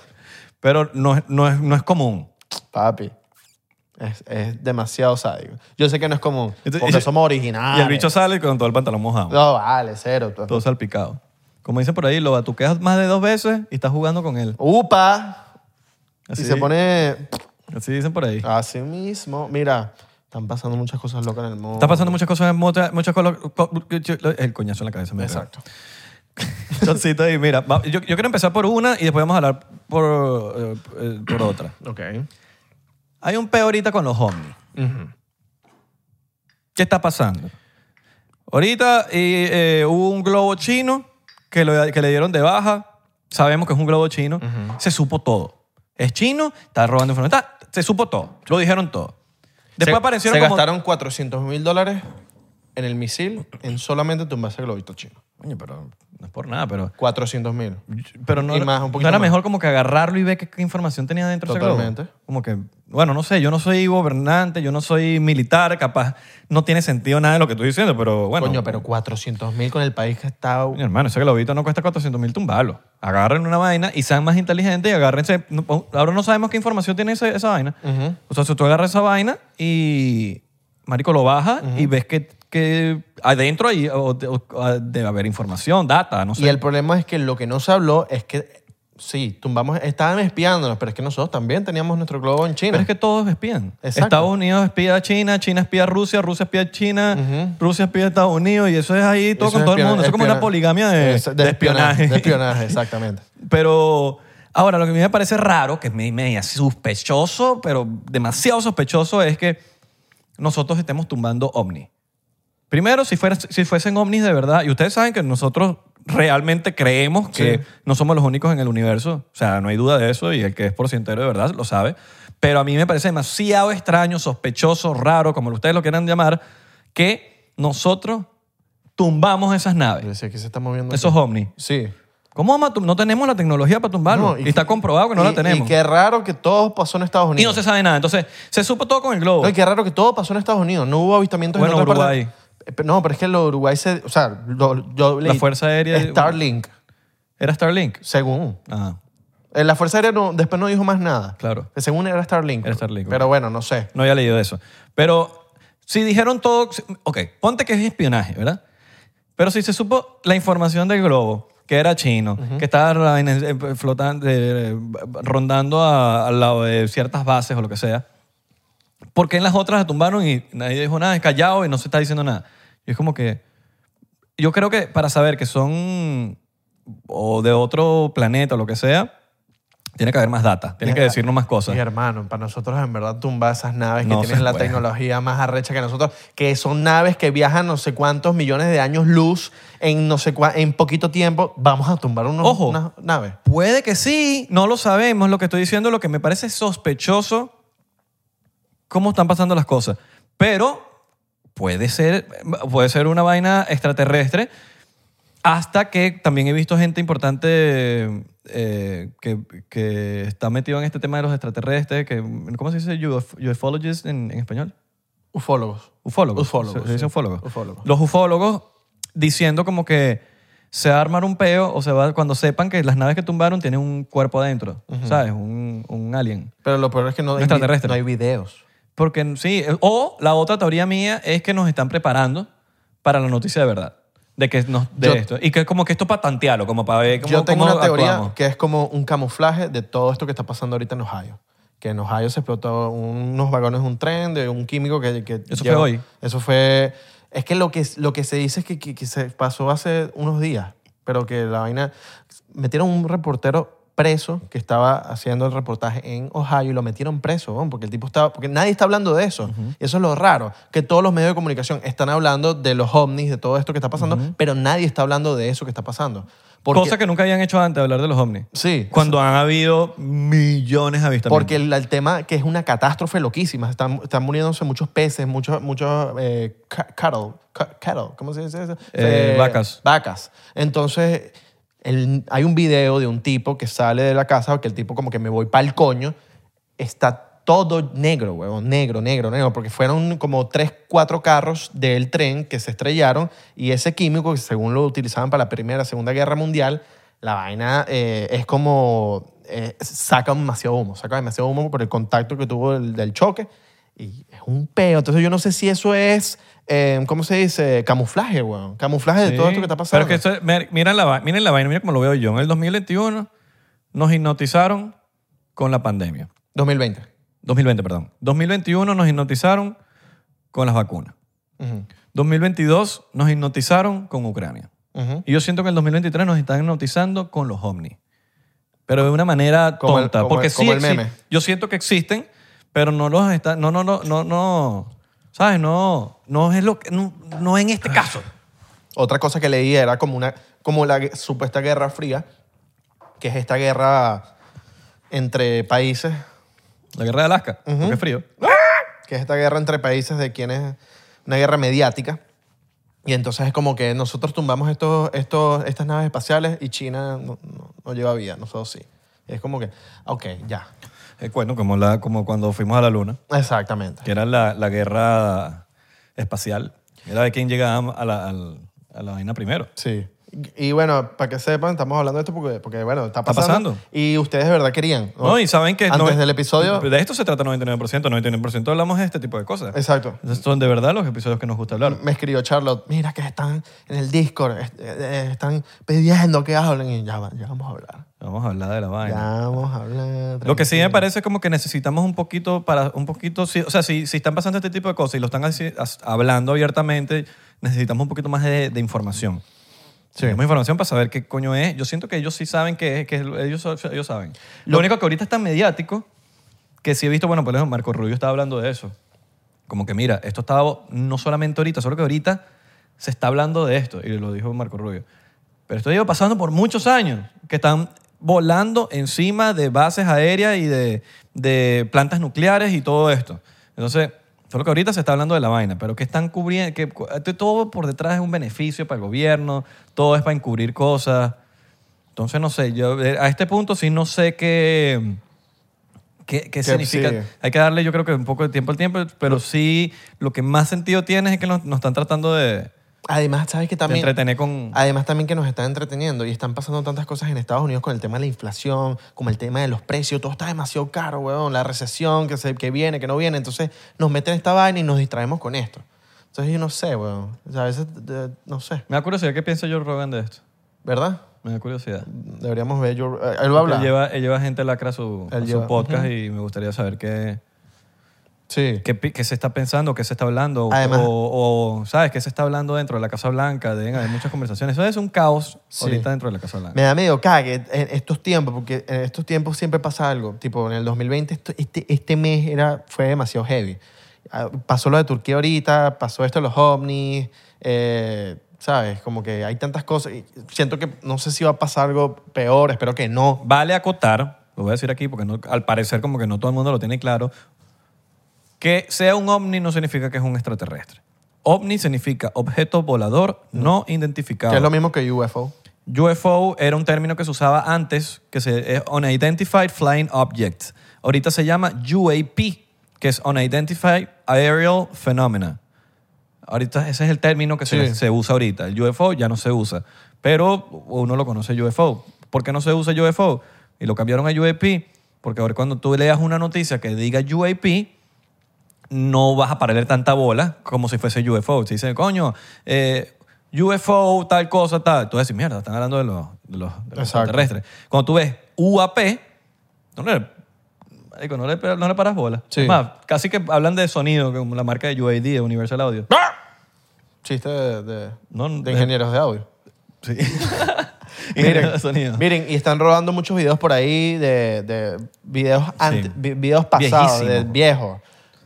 [SPEAKER 2] Pero no, es- no, es, no es común.
[SPEAKER 1] Papi, es, es demasiado sádico. Yo sé que no es común,
[SPEAKER 2] Entonces,
[SPEAKER 1] porque
[SPEAKER 2] y-
[SPEAKER 1] somos
[SPEAKER 2] Y
[SPEAKER 1] originales.
[SPEAKER 2] el bicho sale con todo el pantalón mojado.
[SPEAKER 1] No, vale, cero. pues. tú-
[SPEAKER 2] Todo salpicado. Como dicen por ahí, lo batuqueas más de dos veces y estás jugando con él.
[SPEAKER 1] ¡Upa!
[SPEAKER 2] Así,
[SPEAKER 1] Y se pone
[SPEAKER 2] así dicen por ahí.
[SPEAKER 1] así mismo. Mira, están pasando muchas cosas locas en el mundo.
[SPEAKER 2] Está pasando muchas cosas, muchas, muchas colo- co- El coñazo en la cabeza me pega.
[SPEAKER 1] Exacto.
[SPEAKER 2] Chocito ahí, mira. va- Yo, yo quiero empezar por una y después vamos a hablar por, eh, eh, por otra.
[SPEAKER 1] Ok.
[SPEAKER 2] Hay un peo ahorita con los ovnis.
[SPEAKER 1] Ujú.
[SPEAKER 2] ¿Qué está pasando? Ahorita eh, eh, hubo un globo chino que, lo- que le dieron de baja. Sabemos que es un globo chino. Se supo todo. Es chino, está robando información. Está- se supo todo. Lo dijeron todo. Después
[SPEAKER 1] se,
[SPEAKER 2] aparecieron
[SPEAKER 1] se
[SPEAKER 2] como...
[SPEAKER 1] gastaron 400 mil dólares en el misil en solamente tumbarse el globito chino.
[SPEAKER 2] Coño, pero no es por nada, pero...
[SPEAKER 1] 400 mil.
[SPEAKER 2] Pero no,
[SPEAKER 1] Y
[SPEAKER 2] era-
[SPEAKER 1] más, un
[SPEAKER 2] no
[SPEAKER 1] poquito
[SPEAKER 2] era
[SPEAKER 1] más.
[SPEAKER 2] mejor como que agarrarlo y ver qué, qué información tenía dentro ese globo?
[SPEAKER 1] Totalmente.
[SPEAKER 2] Como que, bueno, no sé, yo no soy gobernante, yo no soy militar, capaz no tiene sentido nada de lo que estoy diciendo, pero bueno.
[SPEAKER 1] Coño, pero 400 mil con el país que está...
[SPEAKER 2] Mi hermano, ese globito no cuesta 400 mil tumbalos. Agarren una vaina y sean más inteligentes y agárrense. no, ahora no sabemos qué información tiene ese- esa vaina.
[SPEAKER 1] Ujú.
[SPEAKER 2] O sea, si tú agarras esa vaina y, marico, lo bajas y ves que, que adentro ahí o- o- o debe haber información, data, no sé.
[SPEAKER 1] Y el problema es que lo que no se habló es que, sí, tumbamos, estaban espiándonos, pero es que nosotros también teníamos nuestro globo en China.
[SPEAKER 2] Pero es que todos espían.
[SPEAKER 1] Exacto.
[SPEAKER 2] Estados Unidos espía a China, China espía a Rusia, Rusia espía a China, Rusia espía a Estados Unidos y eso es ahí todo
[SPEAKER 1] Eso
[SPEAKER 2] con
[SPEAKER 1] es
[SPEAKER 2] todo el
[SPEAKER 1] espiona-
[SPEAKER 2] mundo. Eso es como una
[SPEAKER 1] espiona-
[SPEAKER 2] poligamia de,
[SPEAKER 1] Es-
[SPEAKER 2] de espionaje.
[SPEAKER 1] De espionaje, exactamente.
[SPEAKER 2] Pero ahora lo que a mí me parece raro, que es me- media sospechoso, pero demasiado sospechoso, es que nosotros estemos tumbando ovnis. Primero, si, fuera- si fuesen ovnis de verdad, y ustedes saben que nosotros realmente creemos que
[SPEAKER 1] Sí.
[SPEAKER 2] no somos los únicos en el universo, o sea, no hay duda de eso, y el que es porcientero de verdad lo sabe, pero a mí me parece demasiado extraño, sospechoso, raro, como ustedes lo quieran llamar, que nosotros tumbamos esas
[SPEAKER 1] Yo
[SPEAKER 2] naves,
[SPEAKER 1] decía, aquí se está moviendo.
[SPEAKER 2] esos ovnis.
[SPEAKER 1] Sí.
[SPEAKER 2] ¿Cómo vamos a tum- No tenemos la tecnología para tumbarlo. y, está comprobado que no
[SPEAKER 1] y-
[SPEAKER 2] la tenemos.
[SPEAKER 1] Y
[SPEAKER 2] Y,
[SPEAKER 1] qué raro que todo pasó en Estados Unidos.
[SPEAKER 2] no se sabe nada. Entonces, se supo todo con el globo.
[SPEAKER 1] No, y qué raro que todo pasó en Estados Unidos. No hubo avistamientos
[SPEAKER 2] Bueno,
[SPEAKER 1] en otras
[SPEAKER 2] Uruguay.
[SPEAKER 1] partes. Eh, pero No, pero es que lo de Uruguay se... O sea, lo- yo
[SPEAKER 2] La Fuerza Aérea-
[SPEAKER 1] Starlink,
[SPEAKER 2] Era Starlink.
[SPEAKER 1] según.
[SPEAKER 2] Ah,
[SPEAKER 1] Eh, La Fuerza Aérea no- después no dijo más nada. Eh,
[SPEAKER 2] Claro.
[SPEAKER 1] Según era Starlink.
[SPEAKER 2] Era Starlink,
[SPEAKER 1] Pero bueno, no sé.
[SPEAKER 2] no había leído eso. Pero si dijeron todo... si- Ok, ponte que es espionaje, ¿verdad? Pero si se supo la información del globo, que era chino, que estaba eh, flotando, eh, rondando a- al lado de ciertas bases o lo que sea, ¿por qué en las otras la tumbaron y nadie dijo nada? Es callado y no se está diciendo nada. Y es como que... Yo creo que para saber que son o de otro planeta o lo que sea, tiene que haber más data, tiene que decirnos más cosas.
[SPEAKER 1] Mi hermano, para nosotros en verdad tumbar esas naves
[SPEAKER 2] No
[SPEAKER 1] que
[SPEAKER 2] se
[SPEAKER 1] tienen la
[SPEAKER 2] puede.
[SPEAKER 1] tecnología más arrecha que nosotros, que son naves que viajan no sé cuántos millones de años luz en no sé cua- en poquito tiempo, vamos a tumbar unos,
[SPEAKER 2] Ojo.
[SPEAKER 1] unas naves.
[SPEAKER 2] Puede que sí, no lo sabemos. Lo que estoy diciendo, lo que me parece sospechoso, cómo están pasando las cosas. Pero puede ser, puede ser una vaina extraterrestre. Hasta que también he visto gente importante eh, que, que está metido en este tema de los extraterrestres, que, ¿cómo se dice? Uf- Ufologist en, en español.
[SPEAKER 1] Ufólogos.
[SPEAKER 2] Ufólogos.
[SPEAKER 1] Ufólogos,
[SPEAKER 2] Se, se dice
[SPEAKER 1] sí.
[SPEAKER 2] ufólogos.
[SPEAKER 1] Ufólogos.
[SPEAKER 2] Los ufólogos diciendo como que se va a armar un peo o se va cuando sepan que las naves que tumbaron tienen un cuerpo adentro, ¿sabes? Un, un alien.
[SPEAKER 1] Pero lo peor es que no hay,
[SPEAKER 2] Extraterrestre.
[SPEAKER 1] no hay videos.
[SPEAKER 2] Porque sí, o la otra teoría mía es que nos están preparando para la noticia de verdad, de que nos de
[SPEAKER 1] Yo-
[SPEAKER 2] esto y que como que esto para tantearlo, como para ver cómo
[SPEAKER 1] Yo tengo
[SPEAKER 2] cómo
[SPEAKER 1] una teoría
[SPEAKER 2] actuamos.
[SPEAKER 1] que es como un camuflaje de todo esto que está pasando ahorita en Ohio. Que en Ohio se explotó unos vagones de un tren, de un químico que... que
[SPEAKER 2] Eso fue hoy.
[SPEAKER 1] Eso fue... Es que lo que, lo que se dice es que, que- que se pasó hace unos días, pero que la vaina... Metieron un reportero preso que estaba haciendo el reportaje en Ohio y lo metieron preso, weón, porque el tipo estaba, porque nadie está hablando de eso. Y eso es lo raro, que todos los medios de comunicación están hablando de los ovnis, de todo esto que está pasando, pero nadie está hablando de eso que está pasando. Porque,
[SPEAKER 2] Cosa que nunca habían hecho antes, hablar de los ovnis.
[SPEAKER 1] sí,
[SPEAKER 2] Cuando han habido millones de avistamientos.
[SPEAKER 1] porque el, el tema que es una catástrofe loquísima, están, están muriéndose muchos peces, muchos, muchos eh, ca- cattle, ca- cattle, ¿cómo se dice eso?
[SPEAKER 2] Eh, vacas.
[SPEAKER 1] Vacas. Entonces, el- hay un video de un tipo que sale de la casa, que el tipo como que me voy para el coño, está todo negro, huevón, negro, negro, negro, porque fueron como tres, cuatro carros del tren que se estrellaron y ese químico, que según lo utilizaban para la Primera, Segunda Guerra Mundial, la vaina eh, es como, eh, saca demasiado humo, saca demasiado humo por el contacto que tuvo del, del choque y es un peo. Entonces yo no sé si eso es, eh, ¿cómo se dice? Camuflaje, huevón, camuflaje de todo
[SPEAKER 2] Sí.
[SPEAKER 1] esto que está pasando.
[SPEAKER 2] Pero que eso, mer- mira la, va- miren la vaina, mira cómo lo veo yo. En el 2021 nos hipnotizaron con la pandemia.
[SPEAKER 1] 2020.
[SPEAKER 2] 2020, perdón. 2021 nos hipnotizaron con las vacunas.
[SPEAKER 1] Ujú,
[SPEAKER 2] 2022 nos hipnotizaron con Ucrania.
[SPEAKER 1] ujú.
[SPEAKER 2] Y yo siento que el 2023 nos están hipnotizando con los ovnis. Pero de una manera
[SPEAKER 1] Como el-
[SPEAKER 2] tonta.
[SPEAKER 1] como-
[SPEAKER 2] porque
[SPEAKER 1] como
[SPEAKER 2] sí
[SPEAKER 1] el
[SPEAKER 2] exi-
[SPEAKER 1] meme.
[SPEAKER 2] Yo siento que existen, pero no los están. No, no, no, no, no. ¿Sabes? No, no es lo que. No, no en este caso.
[SPEAKER 1] Otra cosa que leí era como, una, como la gue- supuesta Guerra Fría, que es esta guerra entre países,
[SPEAKER 2] La guerra de Alaska. Porque es frío.
[SPEAKER 1] que es esta guerra entre países de quienes, una guerra mediática. Y entonces es como que nosotros tumbamos estos, estos, estas naves espaciales y China no, no- no lleva vida, nosotros sí. Es como que, ok, ya,
[SPEAKER 2] Eh, bueno, como, la, como cuando fuimos a la luna,
[SPEAKER 1] exactamente.
[SPEAKER 2] que era la, la guerra espacial. Era de quién llegaba a la, al- a la vaina primero.
[SPEAKER 1] Sí. Y bueno, para que sepan, estamos hablando de esto porque, porque bueno, está
[SPEAKER 2] Está
[SPEAKER 1] pasando,
[SPEAKER 2] pasando.
[SPEAKER 1] Y ustedes de verdad querían. ¿no?
[SPEAKER 2] No, y saben que...
[SPEAKER 1] Oh, Antes
[SPEAKER 2] no-
[SPEAKER 1] del episodio...
[SPEAKER 2] De esto se trata 99%. 99% hablamos de este tipo de cosas.
[SPEAKER 1] Exacto.
[SPEAKER 2] Esos son de verdad los episodios que nos gusta hablar.
[SPEAKER 1] me escribió Charlotte, mira que están en el Discord, est- eh, eh, están pidiendo que hablen y ya, va- ya vamos a hablar.
[SPEAKER 2] Vamos a hablar de la
[SPEAKER 1] Ya
[SPEAKER 2] vaina.
[SPEAKER 1] vamos a hablar.
[SPEAKER 2] Lo que sí me
[SPEAKER 1] tranquilo.
[SPEAKER 2] parece es como que necesitamos un poquito para un poquito, sí, o sea, si, si están pasando este tipo de cosas y lo están así- as- hablando abiertamente, necesitamos un poquito más de, de información.
[SPEAKER 1] Sí.
[SPEAKER 2] Necesitamos información para saber qué coño es. Yo siento que ellos sí saben qué es, que ellos, ellos saben. Lo,
[SPEAKER 1] Lo-
[SPEAKER 2] único que ahorita es tan mediático que sí he visto, bueno, por ejemplo, Marco Rubio estaba hablando de eso. Como que mira, esto estaba no solamente ahorita, solo que ahorita se está hablando de esto, y lo dijo Marco Rubio. Pero esto lleva pasando por muchos años, que están volando encima de bases aéreas y de, de plantas nucleares y todo esto. Entonces, solo que ahorita se está hablando de la vaina, pero que están cubriendo, que cu- todo por detrás es un beneficio para el gobierno, todo es para encubrir cosas. Entonces, no sé, yo eh, a este punto sí no sé qué, qué, qué significa.
[SPEAKER 1] sigue?
[SPEAKER 2] Hay que darle yo creo que un poco de tiempo al tiempo, pero sí lo que más sentido tiene es que nos, nos están tratando de,
[SPEAKER 1] Además, ¿sabes que
[SPEAKER 2] de
[SPEAKER 1] también?
[SPEAKER 2] entretener con...
[SPEAKER 1] Además también que nos están entreteniendo y están pasando tantas cosas en Estados Unidos con el tema de la inflación, como el tema de los precios, todo está demasiado caro, weón, la recesión que, se, que viene, que no viene, entonces nos meten esta vaina y nos distraemos con esto. Entonces yo no sé, weón, O sea, a veces eh, no sé,
[SPEAKER 2] Me da curiosidad, ¿qué piensa Joe Rogan de esto?
[SPEAKER 1] ¿verdad?
[SPEAKER 2] Me da curiosidad.
[SPEAKER 1] Deberíamos ver, yo, eh, él va a
[SPEAKER 2] Él
[SPEAKER 1] hablar.
[SPEAKER 2] lleva, él lleva gente lacra a su,
[SPEAKER 1] Él
[SPEAKER 2] a su
[SPEAKER 1] lleva,
[SPEAKER 2] podcast y me gustaría saber qué,
[SPEAKER 1] Sí.
[SPEAKER 2] qué, pi- qué se está pensando, qué se está hablando, o-
[SPEAKER 1] Además-
[SPEAKER 2] o, o, ¿sabes? ¿Qué se está hablando dentro de la Casa Blanca? Deben haber muchas conversaciones. Eso es un caos
[SPEAKER 1] Sí.
[SPEAKER 2] ahorita dentro de la Casa Blanca.
[SPEAKER 1] Me da medio cague en estos tiempos, porque en estos tiempos siempre pasa algo. Tipo, en el 2020, esto- este, este mes era, fue demasiado heavy. Ah, Pasó lo de Turquía ahorita, pasó esto de los ovnis, eh, ¿sabes? Como que hay tantas cosas. y siento que no sé si va a pasar algo peor, espero que no.
[SPEAKER 2] Vale acotar, lo voy a decir aquí porque no- al parecer como que no todo el mundo lo tiene claro, que sea un ovni no significa que es un extraterrestre. OVNI significa objeto volador no, identificado.
[SPEAKER 1] Que es lo mismo que UFO.
[SPEAKER 2] UFO era un término que se usaba antes, que se, es Unidentified Flying Object. Ahorita se llama UAP, que es Unidentified Aerial Phenomena. Ahorita ese es el término que se,
[SPEAKER 1] Sí.
[SPEAKER 2] se usa ahorita. El UFO ya no se usa. Pero uno lo conoce UFO. ¿Por qué no se usa UFO? Y lo cambiaron a UAP, porque ahora cuando tú leas una noticia que diga UAP, no vas a pararle tanta bola como si fuese UFO. Si dicen, coño, eh, UFO, tal cosa, tal. Tú vas a decir, mierda, están hablando de los, de los, de los
[SPEAKER 1] Exacto.
[SPEAKER 2] extraterrestres. Cuando tú ves UAP, no le, marico, no le, no le paras bola.
[SPEAKER 1] Sí.
[SPEAKER 2] Es más, casi que hablan de sonido, como la marca de UAD, de Universal Audio.
[SPEAKER 1] Chiste de, de-
[SPEAKER 2] ¡Ah! No,
[SPEAKER 1] de
[SPEAKER 2] de-
[SPEAKER 1] ingenieros de audio.
[SPEAKER 2] Sí. Ingeniero de sonido.
[SPEAKER 1] miren, y están rodando muchos videos por ahí de, de videos, ante-
[SPEAKER 2] Sí.
[SPEAKER 1] vi- videos pasados,
[SPEAKER 2] Viejísimo.
[SPEAKER 1] de viejos.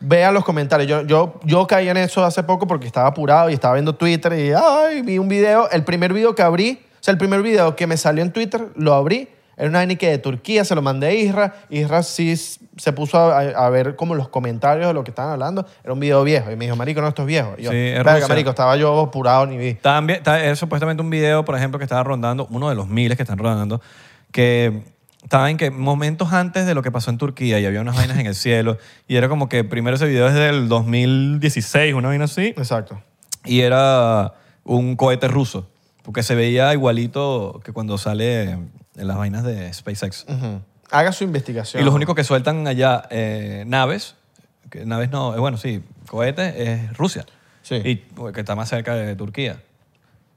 [SPEAKER 1] Vean los comentarios. Yo, yo, yo caí en eso hace poco porque estaba apurado y estaba viendo Twitter y ay, vi un video. El primer video que abrí, o sea, el primer video que me salió en Twitter, lo abrí. Era una vaina que de Turquía, se lo mandé a Isra. Isra sí s- se puso a, a ver como los comentarios de lo que estaban hablando. Era un video viejo. Y me dijo, marico, no, esto es viejo. Y yo,
[SPEAKER 2] Sí, es
[SPEAKER 1] "Verga,
[SPEAKER 2] Rusia".
[SPEAKER 1] marico, estaba yo apurado ni vi.
[SPEAKER 2] También, está- es supuestamente un video, por ejemplo, que estaba rondando, uno de los miles que están rondando, que estaba en que momentos antes de lo que pasó en Turquía y había unas vainas en el cielo y era como que primero ese video es del 2016, una vaina así,
[SPEAKER 1] Exacto.
[SPEAKER 2] y era un cohete ruso, porque se veía igualito que cuando sale en las vainas de SpaceX.
[SPEAKER 1] Ujú. Haga su investigación.
[SPEAKER 2] Y los únicos que sueltan allá eh, naves, que naves no, eh, bueno, sí, cohetes, es Rusia,
[SPEAKER 1] Sí.
[SPEAKER 2] y, pues, que está más cerca de Turquía,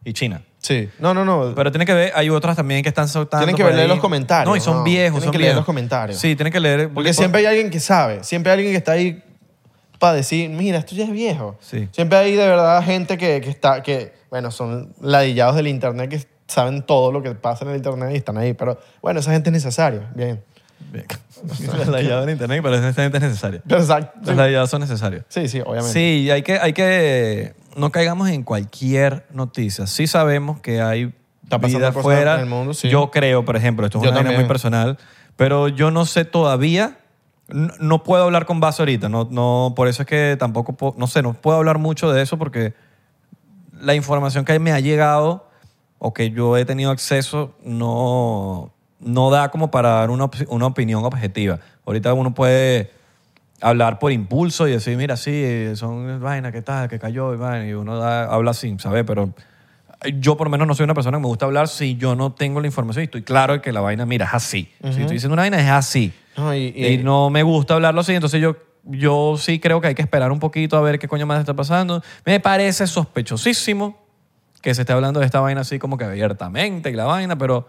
[SPEAKER 2] y China.
[SPEAKER 1] Sí. No, no, no.
[SPEAKER 2] Pero tienen que ver, hay otras también que están soltando.
[SPEAKER 1] Tienen que
[SPEAKER 2] por
[SPEAKER 1] leer
[SPEAKER 2] ahí.
[SPEAKER 1] los comentarios,
[SPEAKER 2] No, y son
[SPEAKER 1] no,
[SPEAKER 2] viejos.
[SPEAKER 1] tienen
[SPEAKER 2] son
[SPEAKER 1] que leer
[SPEAKER 2] viejos.
[SPEAKER 1] los comentarios.
[SPEAKER 2] Sí, tienen que leer.
[SPEAKER 1] porque siempre hay alguien que sabe. Siempre hay alguien que está ahí para decir, mira, esto ya es viejo.
[SPEAKER 2] Sí.
[SPEAKER 1] Siempre hay de verdad gente que, que está, que, bueno, son ladillados del internet que saben todo lo que pasa en el internet y están ahí. Pero bueno, esa gente es necesaria. Bien.
[SPEAKER 2] Las llaves en internet, pero esta gente es necesaria.
[SPEAKER 1] Pero, Exacto.
[SPEAKER 2] Las llaves son necesarias.
[SPEAKER 1] Sí, sí, obviamente.
[SPEAKER 2] Sí, hay que, hay que. No caigamos en cualquier noticia. Sí sabemos que hay
[SPEAKER 1] Está pasando
[SPEAKER 2] vida
[SPEAKER 1] cosas
[SPEAKER 2] afuera.
[SPEAKER 1] en el mundo, sí.
[SPEAKER 2] Yo creo, por ejemplo, esto es
[SPEAKER 1] Yo
[SPEAKER 2] una vaina
[SPEAKER 1] también.
[SPEAKER 2] muy personal, pero yo no sé todavía. No, no puedo hablar con base ahorita. No, no, por eso es que tampoco. po- No sé, no puedo hablar mucho de eso porque la información que me ha llegado o que yo he tenido acceso no, no da como para dar una, op- una opinión objetiva. Ahorita uno puede hablar por impulso y decir, mira, sí, son vainas que tal, que cayó, y, vaina, y uno da- habla sin saber, pero yo por lo menos no soy una persona que me gusta hablar si yo no tengo la información y estoy claro de que la vaina, mira, es así. Si estoy diciendo una vaina, es así.
[SPEAKER 1] No, y-
[SPEAKER 2] Y,
[SPEAKER 1] y-
[SPEAKER 2] no me gusta hablarlo así, entonces yo, yo sí creo que hay que esperar un poquito a ver qué coño más está pasando. Me parece sospechosísimo que se esté hablando de esta vaina así como que abiertamente y la vaina, pero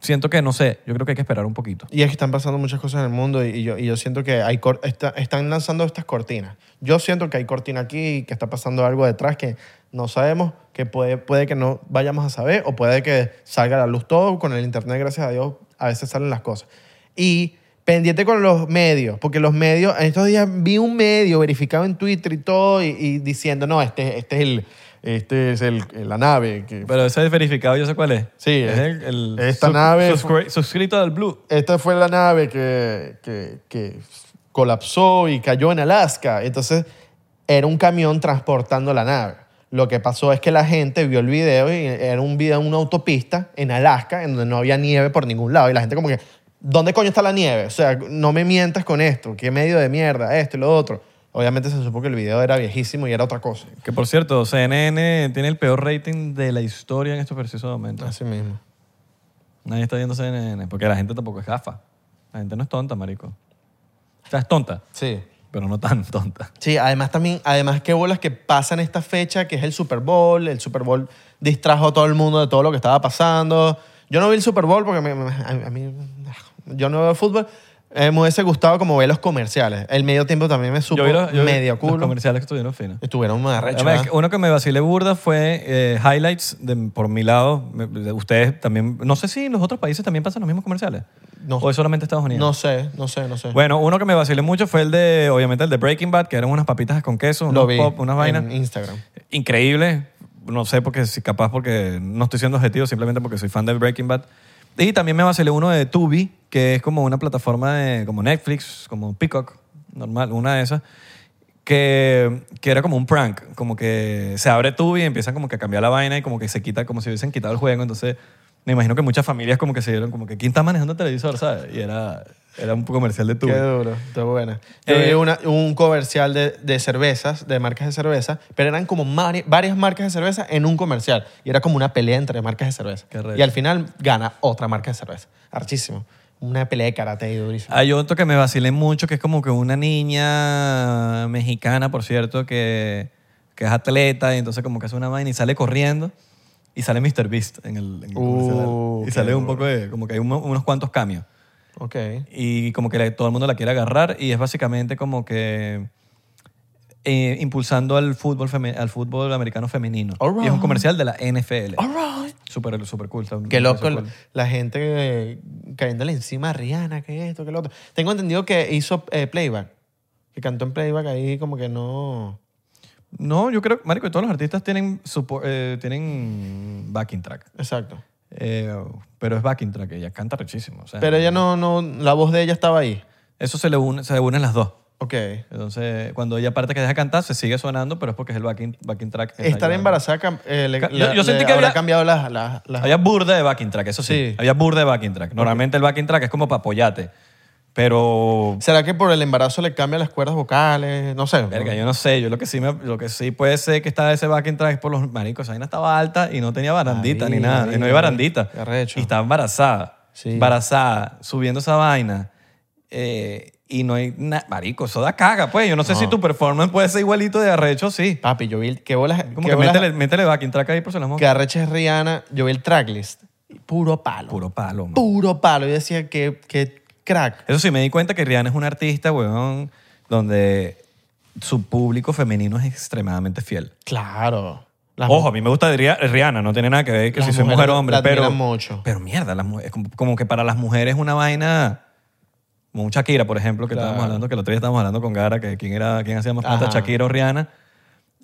[SPEAKER 2] siento que no sé, yo creo que hay que esperar un poquito.
[SPEAKER 1] Y es que están pasando muchas cosas en el mundo y, y yo, y yo siento que hay cor- está- están lanzando estas cortinas. Yo siento que hay cortina aquí y que está pasando algo detrás que no sabemos, que puede, puede que no vayamos a saber o puede que salga a la luz todo. Con el Internet, gracias a Dios, a veces salen las cosas. Y pendiente con los medios, porque los medios, en estos días vi un medio verificado en Twitter y todo y, y diciendo, no, este, este es el... Este es el, la nave. Que,
[SPEAKER 2] Pero ese es verificado, yo sé cuál es.
[SPEAKER 1] Sí,
[SPEAKER 2] es
[SPEAKER 1] es-
[SPEAKER 2] el, el
[SPEAKER 1] esta nave-
[SPEAKER 2] suscri- suscrito del Blue.
[SPEAKER 1] esta fue la nave que, que- que colapsó y cayó en Alaska. Entonces, era un camión transportando la nave. Lo que pasó es que la gente vio el video y era un video en una autopista en Alaska, en donde no había nieve por ningún lado. Y la gente como que, ¿dónde coño está la nieve? O sea, no me mientas con esto. ¿Qué medio de mierda? Esto y lo otro. Obviamente se supo que el video era viejísimo y era otra cosa.
[SPEAKER 2] Que por cierto, CNN tiene el peor rating de la historia en estos precisos momentos.
[SPEAKER 1] Así mismo.
[SPEAKER 2] Nadie está viendo CNN, porque la gente tampoco es gafa. La gente no es tonta, marico. O sea, es tonta,
[SPEAKER 1] Sí.
[SPEAKER 2] pero no tan tonta.
[SPEAKER 1] Sí, además también, además qué bolas que pasan esta fecha, que es el Super Bowl. El Super Bowl distrajo a todo el mundo de todo lo que estaba pasando. Yo no vi el Super Bowl porque me- me- a, a mí, ah, yo no veo fútbol. Eh, me hubiese gustado como ver los comerciales. El medio tiempo también me supo
[SPEAKER 2] vi los- vi
[SPEAKER 1] medio
[SPEAKER 2] los
[SPEAKER 1] culo.
[SPEAKER 2] comerciales que estuvieron finos.
[SPEAKER 1] Estuvieron más arrechos,
[SPEAKER 2] Además,
[SPEAKER 1] ¿ah?
[SPEAKER 2] Uno que me vacilé burda fue eh, highlights de- por mi lado. Me- de Ustedes también, no sé si en los otros países también pasan los mismos comerciales.
[SPEAKER 1] No.
[SPEAKER 2] O es solamente Estados Unidos.
[SPEAKER 1] No sé, no sé, no sé.
[SPEAKER 2] Bueno, uno que me vacilé mucho fue el de, obviamente, el de Breaking Bad, que eran unas papitas con queso, unos
[SPEAKER 1] lo vi
[SPEAKER 2] pop, unas vainas.
[SPEAKER 1] en Instagram.
[SPEAKER 2] increíble. No sé porque si capaz porque no estoy siendo objetivo, simplemente porque soy fan de Breaking Bad. Y también me vacilé uno de Tubi, que es como una plataforma de, como Netflix, como Peacock, normal, una de esas, que, que era como un prank, como que se abre Tubi y empiezan como que a cambiar la vaina y como que se quita, como si hubiesen quitado el juego. Entonces, me imagino que muchas familias como que se dieron como que, ¿quién está manejando el televisor? ¿Sabes? Y era, era un comercial de Tubi.
[SPEAKER 1] Qué duro, está buena. Yo
[SPEAKER 2] Eh,
[SPEAKER 1] vi una- un comercial de, de cervezas, de marcas de cerveza, pero eran como mari- varias marcas de cerveza en un comercial. Y era como una pelea entre marcas de cerveza.
[SPEAKER 2] Qué recho.
[SPEAKER 1] Y al final gana otra marca de cerveza. Archísimo. Una pelea de karate y durísimo.
[SPEAKER 2] Hay otro que me vacilé mucho, que es como que una niña mexicana, por cierto, que, que es atleta y entonces como que hace una vaina y sale corriendo y sale Mr. Beast en el, en el comercial.
[SPEAKER 1] Uh,
[SPEAKER 2] Y
[SPEAKER 1] qué
[SPEAKER 2] sale un
[SPEAKER 1] duro.
[SPEAKER 2] poco de, como que hay uno- unos cuantos cambios.
[SPEAKER 1] Ok.
[SPEAKER 2] Y como que le- todo el mundo la quiere agarrar y es básicamente como que eh, impulsando al fútbol, feme- al fútbol americano femenino.
[SPEAKER 1] All
[SPEAKER 2] Y es un
[SPEAKER 1] right.
[SPEAKER 2] comercial de la NFL. Súper, súper cool. está-
[SPEAKER 1] Qué loco
[SPEAKER 2] súper cool.
[SPEAKER 1] la gente eh, cayéndole encima a Rihanna, que esto, que lo otro. Tengo entendido que hizo eh, playback, que cantó en playback ahí como que no...
[SPEAKER 2] No, yo creo, marico, todos los artistas tienen, supo- eh, tienen backing track.
[SPEAKER 1] Exacto.
[SPEAKER 2] Eh, pero es backing track, ella canta rechísimo. o sea,
[SPEAKER 1] Pero ella no, no, la voz de ella estaba ahí.
[SPEAKER 2] Eso se le une, se unen las dos.
[SPEAKER 1] Ok.
[SPEAKER 2] Entonces, cuando ella parte que deja cantar, se sigue sonando, pero es porque es el backing, backing track. que está
[SPEAKER 1] Estar
[SPEAKER 2] ayudando.
[SPEAKER 1] embarazada cam- eh, le-
[SPEAKER 2] Ca-
[SPEAKER 1] la-
[SPEAKER 2] yo- yo sentí
[SPEAKER 1] le
[SPEAKER 2] que
[SPEAKER 1] habrá
[SPEAKER 2] había-
[SPEAKER 1] cambiado las... las- las-
[SPEAKER 2] Había burda de backing track, eso sí.
[SPEAKER 1] Sí.
[SPEAKER 2] Había burda de backing track. Normalmente el backing track es como para apoyarte. Pero.
[SPEAKER 1] ¿Será que por el embarazo le cambian las cuerdas vocales? No sé.
[SPEAKER 2] Verga, yo no sé. Yo lo que sí, me- lo que sí puede ser que estaba ese backing track es por los maricos. Esa vaina estaba alta y no tenía barandita ni
[SPEAKER 1] Marico,
[SPEAKER 2] nada. y no hay barandita.
[SPEAKER 1] qué arrecho.
[SPEAKER 2] Y estaba embarazada.
[SPEAKER 1] Sí.
[SPEAKER 2] Embarazada, subiendo esa vaina. eh, y no hay nada. Marico, eso da caga, pues. Yo no sé si tu performance puede ser igualito de arrecho, sí.
[SPEAKER 1] Papi, yo vi... el- ¿Qué bolas?
[SPEAKER 2] Como
[SPEAKER 1] qué
[SPEAKER 2] que
[SPEAKER 1] bolas-
[SPEAKER 2] métele, métele backing track ahí por si las moscas.
[SPEAKER 1] que arrecha es Rihanna, yo vi el tracklist. Puro palo. Puro,
[SPEAKER 2] Puro palo, man.
[SPEAKER 1] palo. Yo decía que, que crack.
[SPEAKER 2] Eso sí, me di cuenta que Rihanna es una artista, weón, donde su público femenino es extremadamente fiel.
[SPEAKER 1] Claro. Las
[SPEAKER 2] Ojo, a mí me gusta Ri- Rihanna, no tiene nada que ver que
[SPEAKER 1] Las
[SPEAKER 2] si soy
[SPEAKER 1] mujeres
[SPEAKER 2] mujer o
[SPEAKER 1] la-
[SPEAKER 2] hombre,
[SPEAKER 1] la
[SPEAKER 2] pero,
[SPEAKER 1] admiran mucho.
[SPEAKER 2] pero mierda, las mu- es como, como que para las mujeres es una vaina, como un Shakira, por ejemplo, que estábamos hablando, que el otro día estábamos hablando con Gara, que quién, era, quién hacía más plata,
[SPEAKER 1] Ajá.
[SPEAKER 2] Shakira o Rihanna,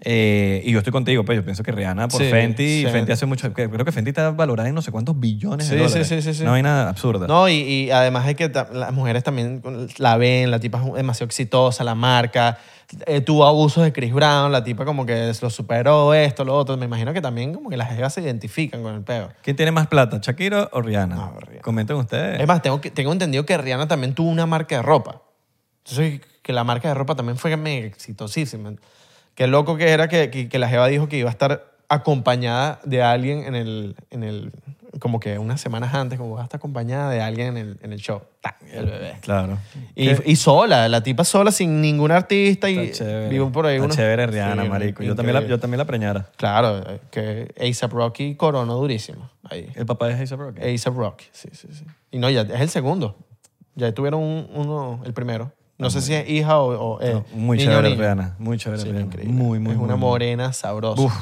[SPEAKER 2] Eh, y yo estoy contigo, pues yo pienso que Rihanna por
[SPEAKER 1] Sí,
[SPEAKER 2] Fenty,
[SPEAKER 1] sí.
[SPEAKER 2] Fenty hace mucho, que creo que Fenty está valorada en no sé cuántos billones de
[SPEAKER 1] Sí, sí,
[SPEAKER 2] dólares.
[SPEAKER 1] sí, sí, sí.
[SPEAKER 2] Una vaina absurda.
[SPEAKER 1] No, y, y además es que ta- las mujeres también la ven, la tipa es demasiado exitosa, la marca, eh, tuvo abusos de Chris Brown, la tipa como que lo superó, esto, lo otro. Me imagino que también como que las jevas se identifican con el peo.
[SPEAKER 2] ¿Quién tiene más plata, Shakira o Rihanna?
[SPEAKER 1] No, Rihanna.
[SPEAKER 2] Comenten ustedes.
[SPEAKER 1] Es más, tengo, que- tengo entendido que Rihanna también tuvo una marca de ropa. Entonces, que la marca de ropa también fue mega exitosísima. Qué loco que era que, que- que la Jeva dijo que iba a estar acompañada de alguien en el, en el. Como que unas semanas antes, como va a estar acompañada de alguien en el, en el show. Ta, El bebé.
[SPEAKER 2] Claro.
[SPEAKER 1] Y,
[SPEAKER 2] Qué-
[SPEAKER 1] y sola, la tipa sola, sin ningún artista. Y
[SPEAKER 2] está chévere.
[SPEAKER 1] vivo por ahí
[SPEAKER 2] Está
[SPEAKER 1] unos-
[SPEAKER 2] chévere Rihanna,
[SPEAKER 1] Sí,
[SPEAKER 2] marico. Yo
[SPEAKER 1] increíble.
[SPEAKER 2] también, la, yo también la preñara.
[SPEAKER 1] Claro, eh, que A$AP Rocky coronó durísimo. Ahí.
[SPEAKER 2] El papá de Hazel Rock.
[SPEAKER 1] A$AP Rocky, sí, sí, sí. Y no, ya es el segundo. Ya tuvieron un- uno, el primero. No sé si es hija o, o, eh,
[SPEAKER 2] No, muy
[SPEAKER 1] niño o
[SPEAKER 2] chévere
[SPEAKER 1] niña.
[SPEAKER 2] Rihanna. Muy chévere
[SPEAKER 1] Sí,
[SPEAKER 2] Rihanna.
[SPEAKER 1] increíble.
[SPEAKER 2] Muy, muy,
[SPEAKER 1] Es una
[SPEAKER 2] muy,
[SPEAKER 1] morena sabrosa.
[SPEAKER 2] Uf.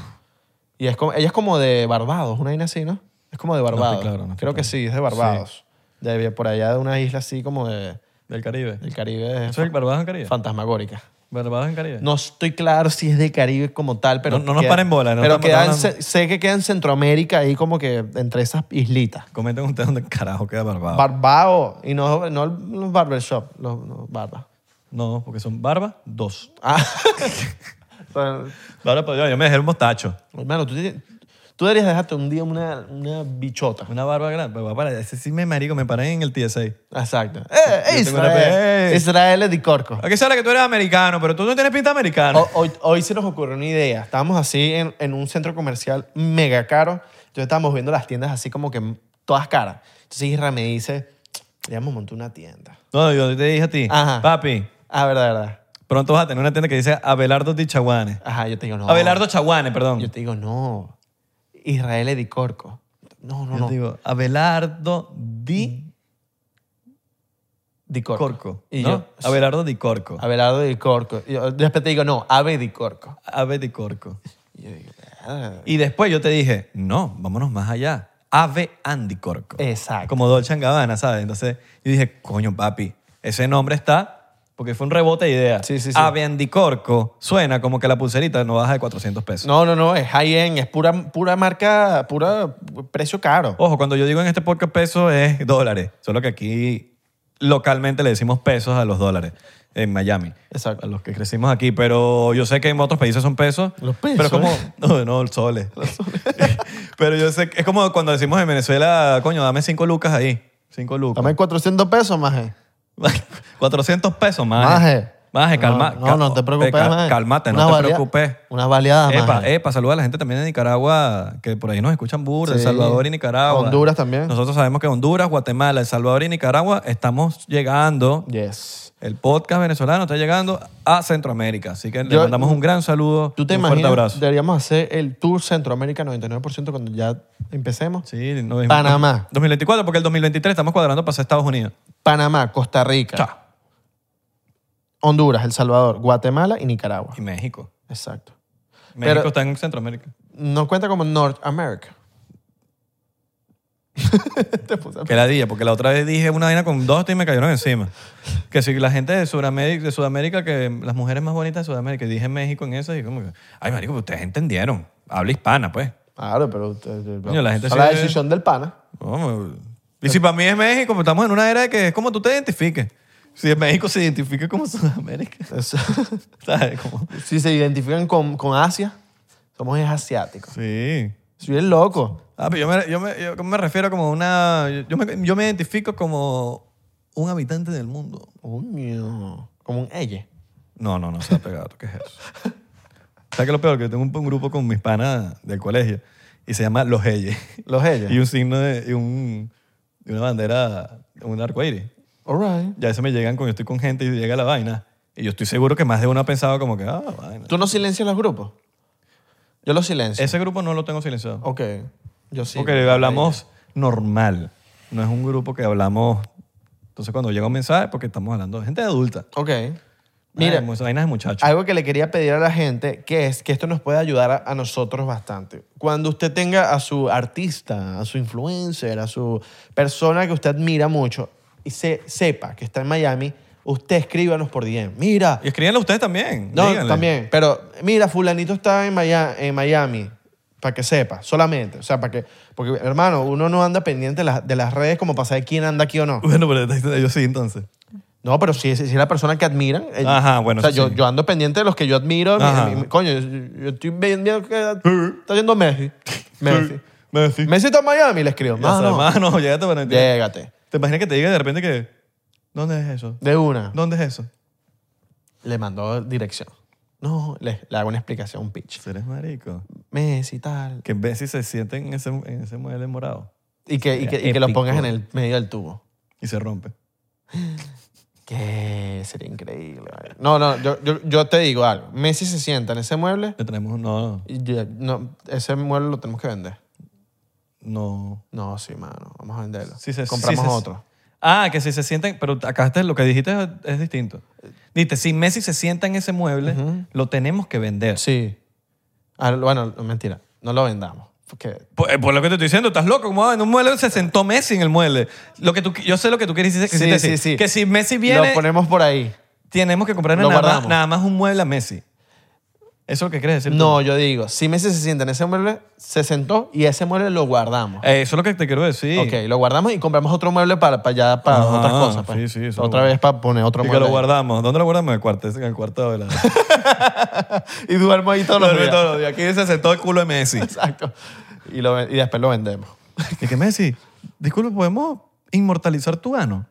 [SPEAKER 1] Y es como, ella es como de Barbados, una vaina así, ¿no? Es como de Barbados.
[SPEAKER 2] claro, no estoy
[SPEAKER 1] Creo que
[SPEAKER 2] claro.
[SPEAKER 1] sí, es de Barbados. De- por allá de una isla así como de,
[SPEAKER 2] Del Caribe.
[SPEAKER 1] del Caribe
[SPEAKER 2] ¿Eso es el Barbados en Caribe?
[SPEAKER 1] fantasmagórica.
[SPEAKER 2] Barbados en Caribe.
[SPEAKER 1] No estoy claro si es de Caribe como tal, pero...
[SPEAKER 2] No- no nos paren bola, no
[SPEAKER 1] pero
[SPEAKER 2] estamos
[SPEAKER 1] queda en-
[SPEAKER 2] hablando.
[SPEAKER 1] sé que queda en Centroamérica ahí como que entre esas islitas.
[SPEAKER 2] Comenten ustedes dónde carajo queda Barbados.
[SPEAKER 1] Barbado. Y no, no los barbershop, los, los barbas.
[SPEAKER 2] no, porque son barba, dos.
[SPEAKER 1] Ah. Pero,
[SPEAKER 2] Barba, pues, yo, yo me dejé un mostacho.
[SPEAKER 1] hermano, tú, tienes- tú deberías dejarte un día una, una bichota.
[SPEAKER 2] Una barba grande. Pero va para ese sí me marico, me paré en el TSA.
[SPEAKER 1] Exacto. ¡Eh, eh,
[SPEAKER 2] Yo tengo una
[SPEAKER 1] Israel!
[SPEAKER 2] pe-
[SPEAKER 1] Israel es de Corco.
[SPEAKER 2] Aquí sale que tú eres americano, pero tú Ah, no tienes pinta americana.
[SPEAKER 1] Ho- Hoy, hoy se nos ocurrió una idea. Estábamos así en, en un centro comercial mega caro. Entonces estábamos viendo las tiendas así como que todas caras. Entonces Israel me dice, deberíamos montar una tienda.
[SPEAKER 2] No, yo te dije a ti,
[SPEAKER 1] Ajá.
[SPEAKER 2] papi,
[SPEAKER 1] Ah, verdad, verdad.
[SPEAKER 2] pronto vas a tener una tienda que dice Abelardo Di Chaguanes.
[SPEAKER 1] Ajá, yo te digo no.
[SPEAKER 2] Abelardo Chaguanes, perdón.
[SPEAKER 1] Yo te digo no. Israel es de Corco. No, no,
[SPEAKER 2] Yo
[SPEAKER 1] no.
[SPEAKER 2] te digo Abelardo Di
[SPEAKER 1] Di Corco.
[SPEAKER 2] Mm. Corco.
[SPEAKER 1] Y
[SPEAKER 2] ¿no?
[SPEAKER 1] yo,
[SPEAKER 2] Abelardo Di Corco.
[SPEAKER 1] Abelardo Di Corco. Y yo, después te digo, no, Ave Di Corco.
[SPEAKER 2] Ave Di Corco.
[SPEAKER 1] Y yo digo, "Ah".
[SPEAKER 2] Y después yo te dije, no, vámonos más allá. Ave Andy Corco.
[SPEAKER 1] Exacto.
[SPEAKER 2] Como Dolce and Gabbana, ¿sabes? Entonces yo dije, coño, papi, ese nombre está porque fue un rebote de idea.
[SPEAKER 1] Sí, sí, sí.
[SPEAKER 2] Ave Andy Corco suena como que la pulserita no baja de 400 pesos.
[SPEAKER 1] No, no, no, es high-end, es pura, pura marca, pura precio caro.
[SPEAKER 2] Ojo, cuando yo digo en este podcast pesos es dólares. Solo que aquí localmente le decimos pesos a los dólares en Miami.
[SPEAKER 1] Exacto.
[SPEAKER 2] A los que crecimos aquí. Pero yo sé que en otros países son pesos.
[SPEAKER 1] Los pesos,
[SPEAKER 2] Pero como.
[SPEAKER 1] ¿eh?
[SPEAKER 2] No, no, el soles. pero yo sé que es como cuando decimos en Venezuela, coño, dame cinco lucas ahí. Cinco lucas.
[SPEAKER 1] Dame 400 pesos, maje.
[SPEAKER 2] 400 pesos, maje.
[SPEAKER 1] Maje.
[SPEAKER 2] Maje, calma.
[SPEAKER 1] No, no, no te preocupes,
[SPEAKER 2] cal-
[SPEAKER 1] maje.
[SPEAKER 2] Calmate,
[SPEAKER 1] Unas
[SPEAKER 2] no te
[SPEAKER 1] balea-
[SPEAKER 2] preocupes.
[SPEAKER 1] Unas baleadas,
[SPEAKER 2] Epa,
[SPEAKER 1] maje.
[SPEAKER 2] epa, saluda a la gente también de Nicaragua, que por ahí nos escuchan burda, El
[SPEAKER 1] Sí.
[SPEAKER 2] Salvador y Nicaragua.
[SPEAKER 1] Honduras también.
[SPEAKER 2] Nosotros sabemos que Honduras, Guatemala, El Salvador y Nicaragua estamos llegando,
[SPEAKER 1] Yes.
[SPEAKER 2] el podcast venezolano está llegando a Centroamérica. Así que le
[SPEAKER 1] Yo-
[SPEAKER 2] mandamos un gran saludo
[SPEAKER 1] ¿Tú te
[SPEAKER 2] y un
[SPEAKER 1] imaginas?
[SPEAKER 2] fuerte abrazo.
[SPEAKER 1] Deberíamos hacer el Tour Centroamérica 99% cuando ya empecemos.
[SPEAKER 2] Sí, no-
[SPEAKER 1] Panamá.
[SPEAKER 2] 2024, porque el 2023 estamos cuadrando para hacer Estados Unidos.
[SPEAKER 1] Panamá, Costa Rica,
[SPEAKER 2] Chao.
[SPEAKER 1] Honduras, El Salvador, Guatemala y Nicaragua.
[SPEAKER 2] Y México.
[SPEAKER 1] Exacto.
[SPEAKER 2] México
[SPEAKER 1] Pero-
[SPEAKER 2] está en Centroamérica.
[SPEAKER 1] No cuenta como North America. Te puse a-
[SPEAKER 2] Que ladilla, porque la otra vez dije una vaina con dos y me cayeron encima. Que si la gente de Sudamérica, de Sudamérica, que las mujeres más bonitas de Sudamérica, y dije México en esas, y como que, ay, marico, pues ustedes entendieron. Habla hispana, pues.
[SPEAKER 1] Claro, pero eh,
[SPEAKER 2] Coño, la gente
[SPEAKER 1] esa es la
[SPEAKER 2] sí-
[SPEAKER 1] decisión del pana.
[SPEAKER 2] Vamos. Y si para mí es México, pues estamos en una era de que es como tú te identifiques. Si México se identifica como Sudamérica,
[SPEAKER 1] Es-
[SPEAKER 2] ¿sabes? Como,
[SPEAKER 1] si se identifican con, con Asia, somos es asiáticos.
[SPEAKER 2] sí.
[SPEAKER 1] Si eres loco.
[SPEAKER 2] Ah, pero yo me, yo me- yo me refiero como una... Yo me, yo me identifico como un habitante del mundo.
[SPEAKER 1] Coño. Como un elle.
[SPEAKER 2] No, no, no, se ha pegado. ¿Qué es eso? ¿Sabes qué es lo peor? Que yo tengo un, un grupo con mis panas del colegio y se llama Los Heyes.
[SPEAKER 1] Los
[SPEAKER 2] Y
[SPEAKER 1] elles.
[SPEAKER 2] un signo de... Y un, y una bandera, un arcoíris.
[SPEAKER 1] All right.
[SPEAKER 2] Ya eso me llegan cuando yo estoy con gente y llega la vaina. Y yo estoy seguro que más de uno ha pensado como que, ah, vaina.
[SPEAKER 1] ¿Tú no silencias los grupos? Yo los silencio.
[SPEAKER 2] Ese grupo no lo tengo silenciado.
[SPEAKER 1] Ok. Yo sí.
[SPEAKER 2] Porque hablamos normal. No es un grupo que hablamos... Entonces cuando llega un mensaje, porque estamos hablando de gente adulta.
[SPEAKER 1] Ok. Mira,
[SPEAKER 2] Ay, mu- vainas de muchachos.
[SPEAKER 1] algo que le quería pedir a la gente, que es que esto nos puede ayudar a, a nosotros bastante. Cuando usted tenga a su artista, a su influencer, a su persona que usted admira mucho y se, sepa que está en Miami, usted escríbanos por DM. Mira,
[SPEAKER 2] Y escríbanlo ustedes también.
[SPEAKER 1] No,
[SPEAKER 2] díganle.
[SPEAKER 1] también. Pero mira, fulanito está en Miami, en Miami para que sepa, solamente. O sea, para que... Porque, hermano, uno no anda pendiente de las, de las redes como para saber quién anda aquí o no.
[SPEAKER 2] Bueno, pero yo sí, entonces.
[SPEAKER 1] No, pero si, si es la persona que admiran... eh,
[SPEAKER 2] Ajá, bueno,
[SPEAKER 1] O sea,
[SPEAKER 2] eso
[SPEAKER 1] yo,
[SPEAKER 2] sí.
[SPEAKER 1] yo ando pendiente de los que yo admiro. mi-
[SPEAKER 2] Ajá.
[SPEAKER 1] mi- mi- coño, yo, yo estoy viendo que está yendo Messi. Messi.
[SPEAKER 2] Messi.
[SPEAKER 1] Messi está en Miami, le escribo.
[SPEAKER 2] Mano,
[SPEAKER 1] Mano,
[SPEAKER 2] hermano, llégate para entender.
[SPEAKER 1] llégate.
[SPEAKER 2] ¿Te imaginas que te diga de repente que... ¿Dónde es eso?
[SPEAKER 1] De una.
[SPEAKER 2] ¿Dónde es eso?
[SPEAKER 1] Le mandó dirección. No, le, le hago una explicación, un pitch.
[SPEAKER 2] Tú eres marico.
[SPEAKER 1] Messi, tal.
[SPEAKER 2] Que Messi se siente en ese, en ese mueble morado
[SPEAKER 1] Y que, y que, y que lo pongas en el medio del tubo.
[SPEAKER 2] y se rompe.
[SPEAKER 1] Que sería increíble. vale. No, no, yo, yo, yo te digo algo. Messi se sienta en ese mueble
[SPEAKER 2] Le tenemos... No,
[SPEAKER 1] y ya- no, ese mueble lo tenemos que vender.
[SPEAKER 2] no.
[SPEAKER 1] No, sí, mano. Vamos a venderlo.
[SPEAKER 2] Sí, se-
[SPEAKER 1] Compramos
[SPEAKER 2] sí, se-
[SPEAKER 1] otro.
[SPEAKER 2] Ah, que si se sienten... Pero acá este- lo que dijiste es, es distinto. Diste, si Messi se sienta en ese mueble, lo tenemos que vender.
[SPEAKER 1] Sí. Ah, bueno, mentira. No lo vendamos. Porque
[SPEAKER 2] Por, eh, por lo que te estoy diciendo, estás loco. ¿Cómo va? En un mueble se sentó Messi en el mueble. Lo que tú, qui- yo sé lo que tú quieres decir.
[SPEAKER 1] Sí,
[SPEAKER 2] decir,
[SPEAKER 1] sí, sí.
[SPEAKER 2] Que si Messi viene,
[SPEAKER 1] lo ponemos por ahí.
[SPEAKER 2] tenemos que comprarle
[SPEAKER 1] Lo
[SPEAKER 2] nada más,
[SPEAKER 1] guardamos.
[SPEAKER 2] nada más un mueble a Messi. Eso es lo que quieres decir. tú.
[SPEAKER 1] No, yo digo, si Messi se sienta en ese mueble, se sentó y ese mueble lo guardamos.
[SPEAKER 2] Eh, eso es lo que te quiero decir.
[SPEAKER 1] Ok, lo guardamos y compramos otro mueble para, para, allá, para
[SPEAKER 2] Ajá,
[SPEAKER 1] otras cosas. pues.
[SPEAKER 2] sí, sí, eso lo
[SPEAKER 1] Otra
[SPEAKER 2] guardo.
[SPEAKER 1] vez para poner otro
[SPEAKER 2] Y que
[SPEAKER 1] mueble.
[SPEAKER 2] lo
[SPEAKER 1] ahí.
[SPEAKER 2] guardamos. ¿Dónde lo guardamos? En el cuarto, en el cuarto de la...
[SPEAKER 1] Y duermo ahí todos los
[SPEAKER 2] Duerme
[SPEAKER 1] días.
[SPEAKER 2] todos los días. Aquí se sentó el culo de Messi.
[SPEAKER 1] Exacto. Y, lo, ven- y después lo vendemos.
[SPEAKER 2] y que Messi, disculpe, ¿podemos inmortalizar tu ano?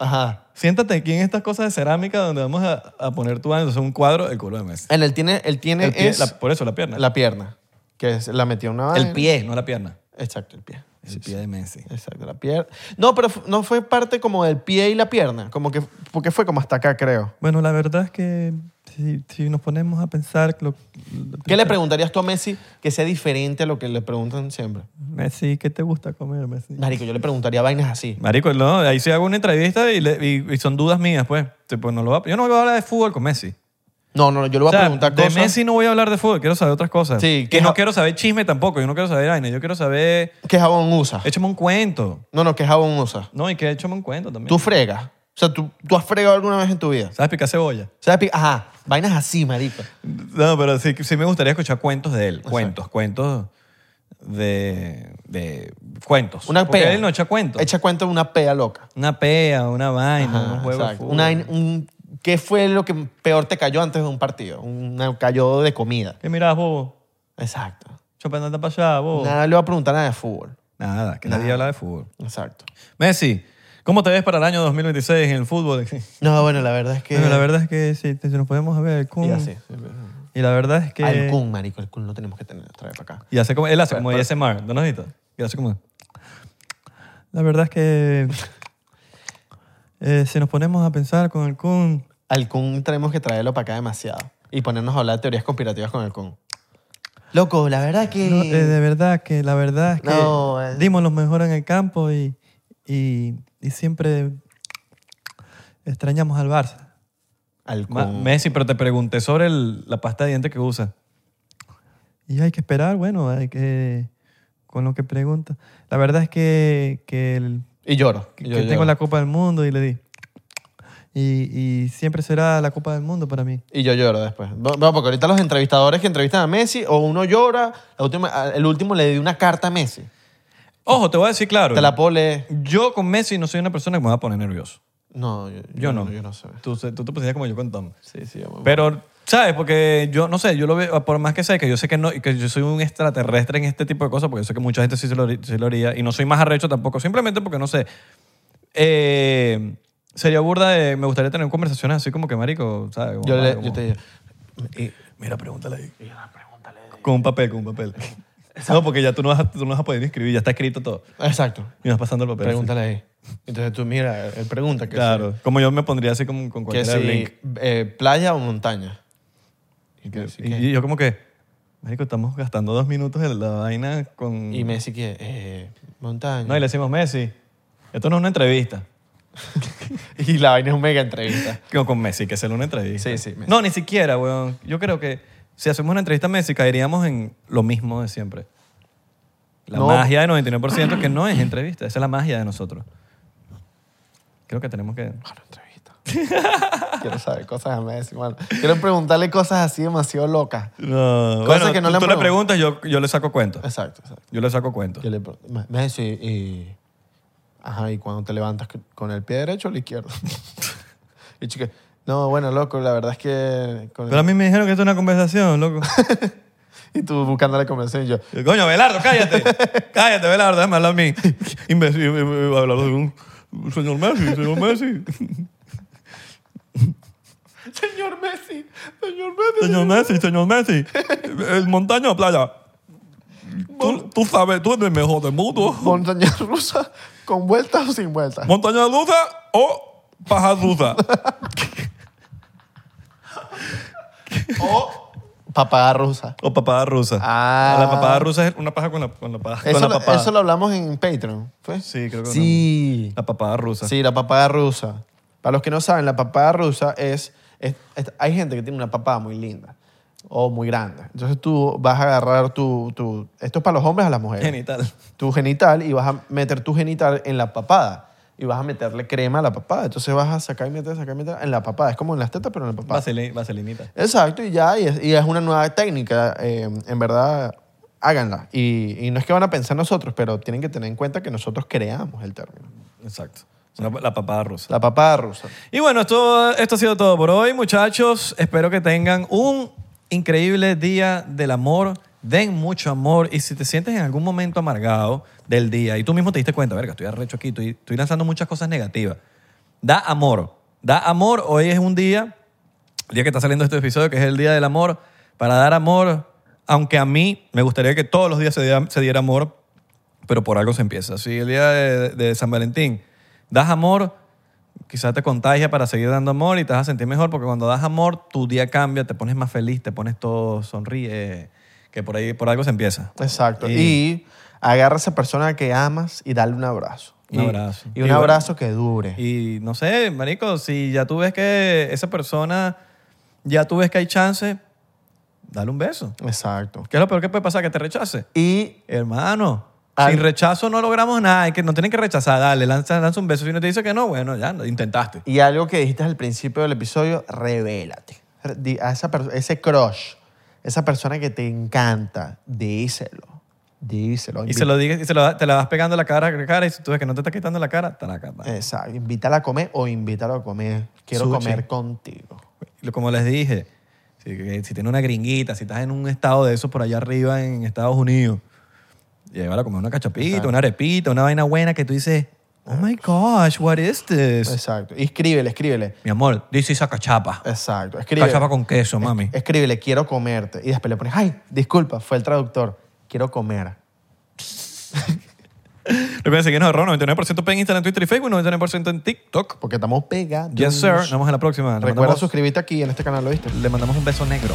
[SPEAKER 1] Ajá.
[SPEAKER 2] Siéntate aquí en estas cosas de cerámica donde vamos a, a poner tu ano. Entonces un cuadro, el culo de Messi.
[SPEAKER 1] En él tiene, él tiene
[SPEAKER 2] El pie,
[SPEAKER 1] es
[SPEAKER 2] la-
[SPEAKER 1] la,
[SPEAKER 2] por eso, la pierna.
[SPEAKER 1] pierna, que es, la metió una
[SPEAKER 2] el
[SPEAKER 1] vaina.
[SPEAKER 2] pie, no la pierna.
[SPEAKER 1] Exacto, el pie.
[SPEAKER 2] El pie de Messi.
[SPEAKER 1] Exacto, la pierna. No, pero fu- no fue parte como del pie y la pierna, como que porque fue como hasta acá, creo.
[SPEAKER 2] Bueno, la verdad es que si, si nos ponemos a pensar, lo- lo-
[SPEAKER 1] ¿Qué le preguntarías tú a Messi que sea diferente a lo que le preguntan siempre?
[SPEAKER 2] Messi, ¿qué te gusta comer, Messi?
[SPEAKER 1] Marico, yo le preguntaría vainas así.
[SPEAKER 2] Marico, no, ahí sí hago una entrevista y, le- y- y son dudas mías, pues. Tipo, no lo va- yo no voy a hablar de fútbol con Messi.
[SPEAKER 1] No, no, no, yo le voy
[SPEAKER 2] O
[SPEAKER 1] a
[SPEAKER 2] sea,
[SPEAKER 1] preguntar
[SPEAKER 2] de
[SPEAKER 1] cosas.
[SPEAKER 2] Messi no voy a hablar de fútbol, quiero saber otras cosas.
[SPEAKER 1] Sí,
[SPEAKER 2] que
[SPEAKER 1] que
[SPEAKER 2] no
[SPEAKER 1] ja-
[SPEAKER 2] quiero saber chisme tampoco, yo no quiero saber vaina, yo quiero saber,
[SPEAKER 1] ¿Qué jabón usa?
[SPEAKER 2] échame un cuento.
[SPEAKER 1] No, no, ¿qué jabón usa?
[SPEAKER 2] No, y que échame un cuento también.
[SPEAKER 1] Tú fregas. O sea, ¿tú, tú has fregado alguna vez en tu vida.
[SPEAKER 2] ¿Sabes picar cebolla?
[SPEAKER 1] ¿Sabes? pi- Ajá, vainas así, marico.
[SPEAKER 2] No, pero sí, sí me gustaría escuchar cuentos de él. Cuentos, cuentos de, de cuentos.
[SPEAKER 1] Una
[SPEAKER 2] Porque
[SPEAKER 1] pea.
[SPEAKER 2] él no echa cuentos.
[SPEAKER 1] Echa cuenta de una pea loca.
[SPEAKER 2] Una pea, una vaina,
[SPEAKER 1] Ajá,
[SPEAKER 2] un juego de
[SPEAKER 1] exacto.
[SPEAKER 2] fútbol.
[SPEAKER 1] Una- un- ¿Qué fue lo que peor te cayó antes de un partido? Una cayó de comida.
[SPEAKER 2] ¿Qué mirás, bobo?
[SPEAKER 1] Exacto.
[SPEAKER 2] Chopin anda para allá, bobo.
[SPEAKER 1] Nada le va a preguntar nada de fútbol.
[SPEAKER 2] Nada, que nadie habla de fútbol.
[SPEAKER 1] Exacto.
[SPEAKER 2] Messi, ¿cómo te ves para el año 2026 en el fútbol?
[SPEAKER 1] No, bueno, la verdad es que...
[SPEAKER 2] Bueno, la verdad es que si, si nos podemos ver el Kun.
[SPEAKER 1] Y así.
[SPEAKER 2] Y la verdad es que...
[SPEAKER 1] Al Kun, marico. El Kun lo tenemos que tener otra vez para acá.
[SPEAKER 2] Y hace como, él hace como ASMR, ¿no nos viste? Y hace como... La verdad es que... eh, si nos ponemos a pensar con el Kun...
[SPEAKER 1] Al Kun tenemos que traerlo para acá demasiado. Y ponernos a hablar de teorías conspirativas con el Kun. Loco, la verdad que...
[SPEAKER 2] No, eh, de verdad que la verdad es que
[SPEAKER 1] No, eh.
[SPEAKER 2] dimos lo mejor en el campo y, y, y siempre extrañamos al Barça.
[SPEAKER 1] Alcohol.
[SPEAKER 2] Ma- Messi, pero te pregunté sobre el- la pasta de dientes que usas. Y hay que esperar, bueno, hay que con lo que pregunta. La verdad es que, que, el-
[SPEAKER 1] Y lloro.
[SPEAKER 2] que-
[SPEAKER 1] y
[SPEAKER 2] que
[SPEAKER 1] yo
[SPEAKER 2] tengo
[SPEAKER 1] lloro.
[SPEAKER 2] la Copa del Mundo y le di. Y, y siempre será la Copa del Mundo para mí.
[SPEAKER 1] Y yo lloro después. No, no, porque ahorita los entrevistadores que entrevistan a Messi, o uno llora, la última- el último le di una carta a Messi.
[SPEAKER 2] Ojo, te voy a decir claro.
[SPEAKER 1] Te la puedo leer.
[SPEAKER 2] Yo con Messi no soy una persona que me va a poner nervioso.
[SPEAKER 1] No, yo,
[SPEAKER 2] Yo no.
[SPEAKER 1] Yo no sé.
[SPEAKER 2] Tú, se- tú te posicionas como yo con Tom.
[SPEAKER 1] Sí, sí, yo me-
[SPEAKER 2] Pero, ¿sabes? Porque yo no sé, yo lo veo, por más que sé, que yo sé que no, que yo soy un extraterrestre en este tipo de cosas, porque yo sé que mucha gente sí se lo, haría- sí lo haría, y no soy más arrecho tampoco, simplemente porque no sé. Eh, sería burda de, me gustaría tener conversaciones así como que, marico, ¿sabes? Como,
[SPEAKER 1] yo, le-
[SPEAKER 2] ah, como-
[SPEAKER 1] yo te digo.
[SPEAKER 2] Mira, pregúntale ahí. Con un papel, con un papel. No, porque ya tú no, vas, a- tú no vas a poder ni escribir, ya está escrito todo.
[SPEAKER 1] Exacto.
[SPEAKER 2] Y vas pasando el papel. así.
[SPEAKER 1] Pregúntale ahí. Entonces tú mira, él pregunta que
[SPEAKER 2] Claro, como yo me pondría así como con
[SPEAKER 1] si, que
[SPEAKER 2] cualquiera
[SPEAKER 1] si,
[SPEAKER 2] del link.
[SPEAKER 1] eh, playa o montaña. Y, que, sí, que-
[SPEAKER 2] Y yo como que, marico, estamos gastando dos minutos en la vaina con...
[SPEAKER 1] y Messi que eh, montaña.
[SPEAKER 2] No, y le decimos, Messi, esto no es una entrevista.
[SPEAKER 1] y la vaina es una mega entrevista.
[SPEAKER 2] Como con Messi, que es una entrevista.
[SPEAKER 1] Sí, sí, Messi.
[SPEAKER 2] No, ni siquiera, weón. Yo creo que si hacemos una entrevista a Messi, caeríamos en lo mismo de siempre. La
[SPEAKER 1] No.
[SPEAKER 2] magia del 99% que no es entrevista. Esa es la magia de nosotros. Creo que tenemos que...
[SPEAKER 1] Bueno, Ah, entrevista. Quiero saber cosas a Messi, mano. Quiero preguntarle cosas así demasiado locas.
[SPEAKER 2] No,
[SPEAKER 1] Cosas
[SPEAKER 2] bueno,
[SPEAKER 1] que no
[SPEAKER 2] tú,
[SPEAKER 1] le han
[SPEAKER 2] tú le
[SPEAKER 1] preguntado.
[SPEAKER 2] preguntas, yo, yo le saco cuentos.
[SPEAKER 1] Exacto, exacto.
[SPEAKER 2] Yo le saco cuentos.
[SPEAKER 1] Yo le pregunto, "Me- Messi, y. Ajá, y cuando te levantas que- con el pie derecho o el izquierdo. y chica, no, bueno, loco, la verdad es que. con el-
[SPEAKER 2] Pero a mí me dijeron que esto es una conversación, loco.
[SPEAKER 1] y tú buscando la conversación y yo.
[SPEAKER 2] Yo, Coño, Belardo, cállate. cállate, Belardo, déjame hablar a mí. Imbécil, eh, eh, hablar de un un señor Messi, señor Messi.
[SPEAKER 1] Señor Messi, señor Messi.
[SPEAKER 2] Señor Messi, señor Messi. El montaña o playa. Tú, tú sabes, tú eres el mejor del mundo.
[SPEAKER 1] Montaña rusa, con vueltas o sin vueltas.
[SPEAKER 2] Montaña rusa o paja rusa.
[SPEAKER 1] o papaga rusa.
[SPEAKER 2] O papada rusa.
[SPEAKER 1] Ah.
[SPEAKER 2] La papada rusa es una paja con la, con la paja.
[SPEAKER 1] Eso,
[SPEAKER 2] con
[SPEAKER 1] lo-
[SPEAKER 2] la papada.
[SPEAKER 1] eso lo hablamos en Patreon. ¿fue?
[SPEAKER 2] Sí, creo que
[SPEAKER 1] Sí.
[SPEAKER 2] La papada rusa.
[SPEAKER 1] Sí, la papada rusa. Para los que no saben, la papada rusa es, es- es- Hay gente que tiene una papada muy linda o muy grande. Entonces tú vas a agarrar tu... tu- esto es para los hombres a las mujeres.
[SPEAKER 2] Genital.
[SPEAKER 1] Tu genital y vas a meter tu genital en la papada. Y vas a meterle crema a la papada. Entonces vas a sacar y meter, sacar y meter en la papada. Es como en las tetas, pero en la papada.
[SPEAKER 2] Vaselin- vaselinita.
[SPEAKER 1] Exacto, y ya, y es, y es una nueva técnica. eh, en verdad, háganla. Y, y no es que van a pensar nosotros, pero tienen que tener en cuenta que nosotros creamos el término.
[SPEAKER 2] Exacto. La, la papada rusa.
[SPEAKER 1] La papada rusa.
[SPEAKER 2] Y bueno, esto, esto ha sido todo por hoy, muchachos. Espero que tengan un increíble día del amor. Den mucho amor. Y si te sientes en algún momento amargado del día y tú mismo te diste cuenta, verga, estoy arrecho aquí, estoy, estoy lanzando muchas cosas negativas. Da amor. Da amor. Hoy es un día, el día que está saliendo este episodio, que es el día del amor. Para dar amor, aunque a mí me gustaría que todos los días se diera- se diera amor, pero por algo se empieza. Si el día de, de San Valentín das amor, quizás te contagia para seguir dando amor y te vas a sentir mejor, porque cuando das amor, tu día cambia, te pones más feliz, te pones todo sonríe, que por ahí por algo se empieza.
[SPEAKER 1] Exacto.
[SPEAKER 2] Y-
[SPEAKER 1] Y, agarra a esa persona que amas y dale un abrazo.
[SPEAKER 2] Un
[SPEAKER 1] Y-
[SPEAKER 2] abrazo.
[SPEAKER 1] Y un
[SPEAKER 2] Y bueno.
[SPEAKER 1] abrazo que dure.
[SPEAKER 2] Y no sé, marico, si ya tú ves que esa persona, ya tú ves que hay chance, dale un beso.
[SPEAKER 1] Exacto.
[SPEAKER 2] ¿Qué es lo peor que puede pasar? Que te rechace.
[SPEAKER 1] Y
[SPEAKER 2] Hermano,
[SPEAKER 1] Al-
[SPEAKER 2] sin rechazo no logramos nada. Es que no tienen que rechazar. Dale, lanza, lanza un beso. Si uno te dice que no, bueno, ya intentaste.
[SPEAKER 1] Y algo que dijiste al principio del episodio, revélate. Re- di- A esa per- ese crush, esa persona que te encanta, díselo. Díselo.
[SPEAKER 2] Y se lo digas, y se lo, da- te la vas pegando la cara, la cara, y si tú ves que no te está quitando la cara, te la capa.
[SPEAKER 1] Exacto. Invítala a comer o invítalo a comer. Quiero
[SPEAKER 2] Sushi.
[SPEAKER 1] comer contigo.
[SPEAKER 2] Como les dije, si, que- si tienes una gringuita, si estás en un estado de esos por allá arriba en Estados Unidos, llévala a comer una cachapita, una arepita, una vaina buena que tú dices, oh my gosh, what is this?
[SPEAKER 1] Exacto. Y escríbele, escríbele.
[SPEAKER 2] Mi amor, this is a cachapa.
[SPEAKER 1] Eh, Exacto. Escríbele.
[SPEAKER 2] Cachapa con queso, mami.
[SPEAKER 1] Escríbele, quiero comerte. Y después le pones, ay, disculpa, fue el traductor. Quiero comer.
[SPEAKER 2] Recuerden seguirnos en Ron, 99% en Instagram, Twitter y Facebook, 99% en TikTok.
[SPEAKER 1] Porque estamos pegados.
[SPEAKER 2] Yes, sir. Nos vemos en la próxima. Le
[SPEAKER 1] Mm. Recuerda
[SPEAKER 2] mandamos-
[SPEAKER 1] suscribirte aquí en este canal, ¿lo viste?
[SPEAKER 2] le mandamos un beso negro.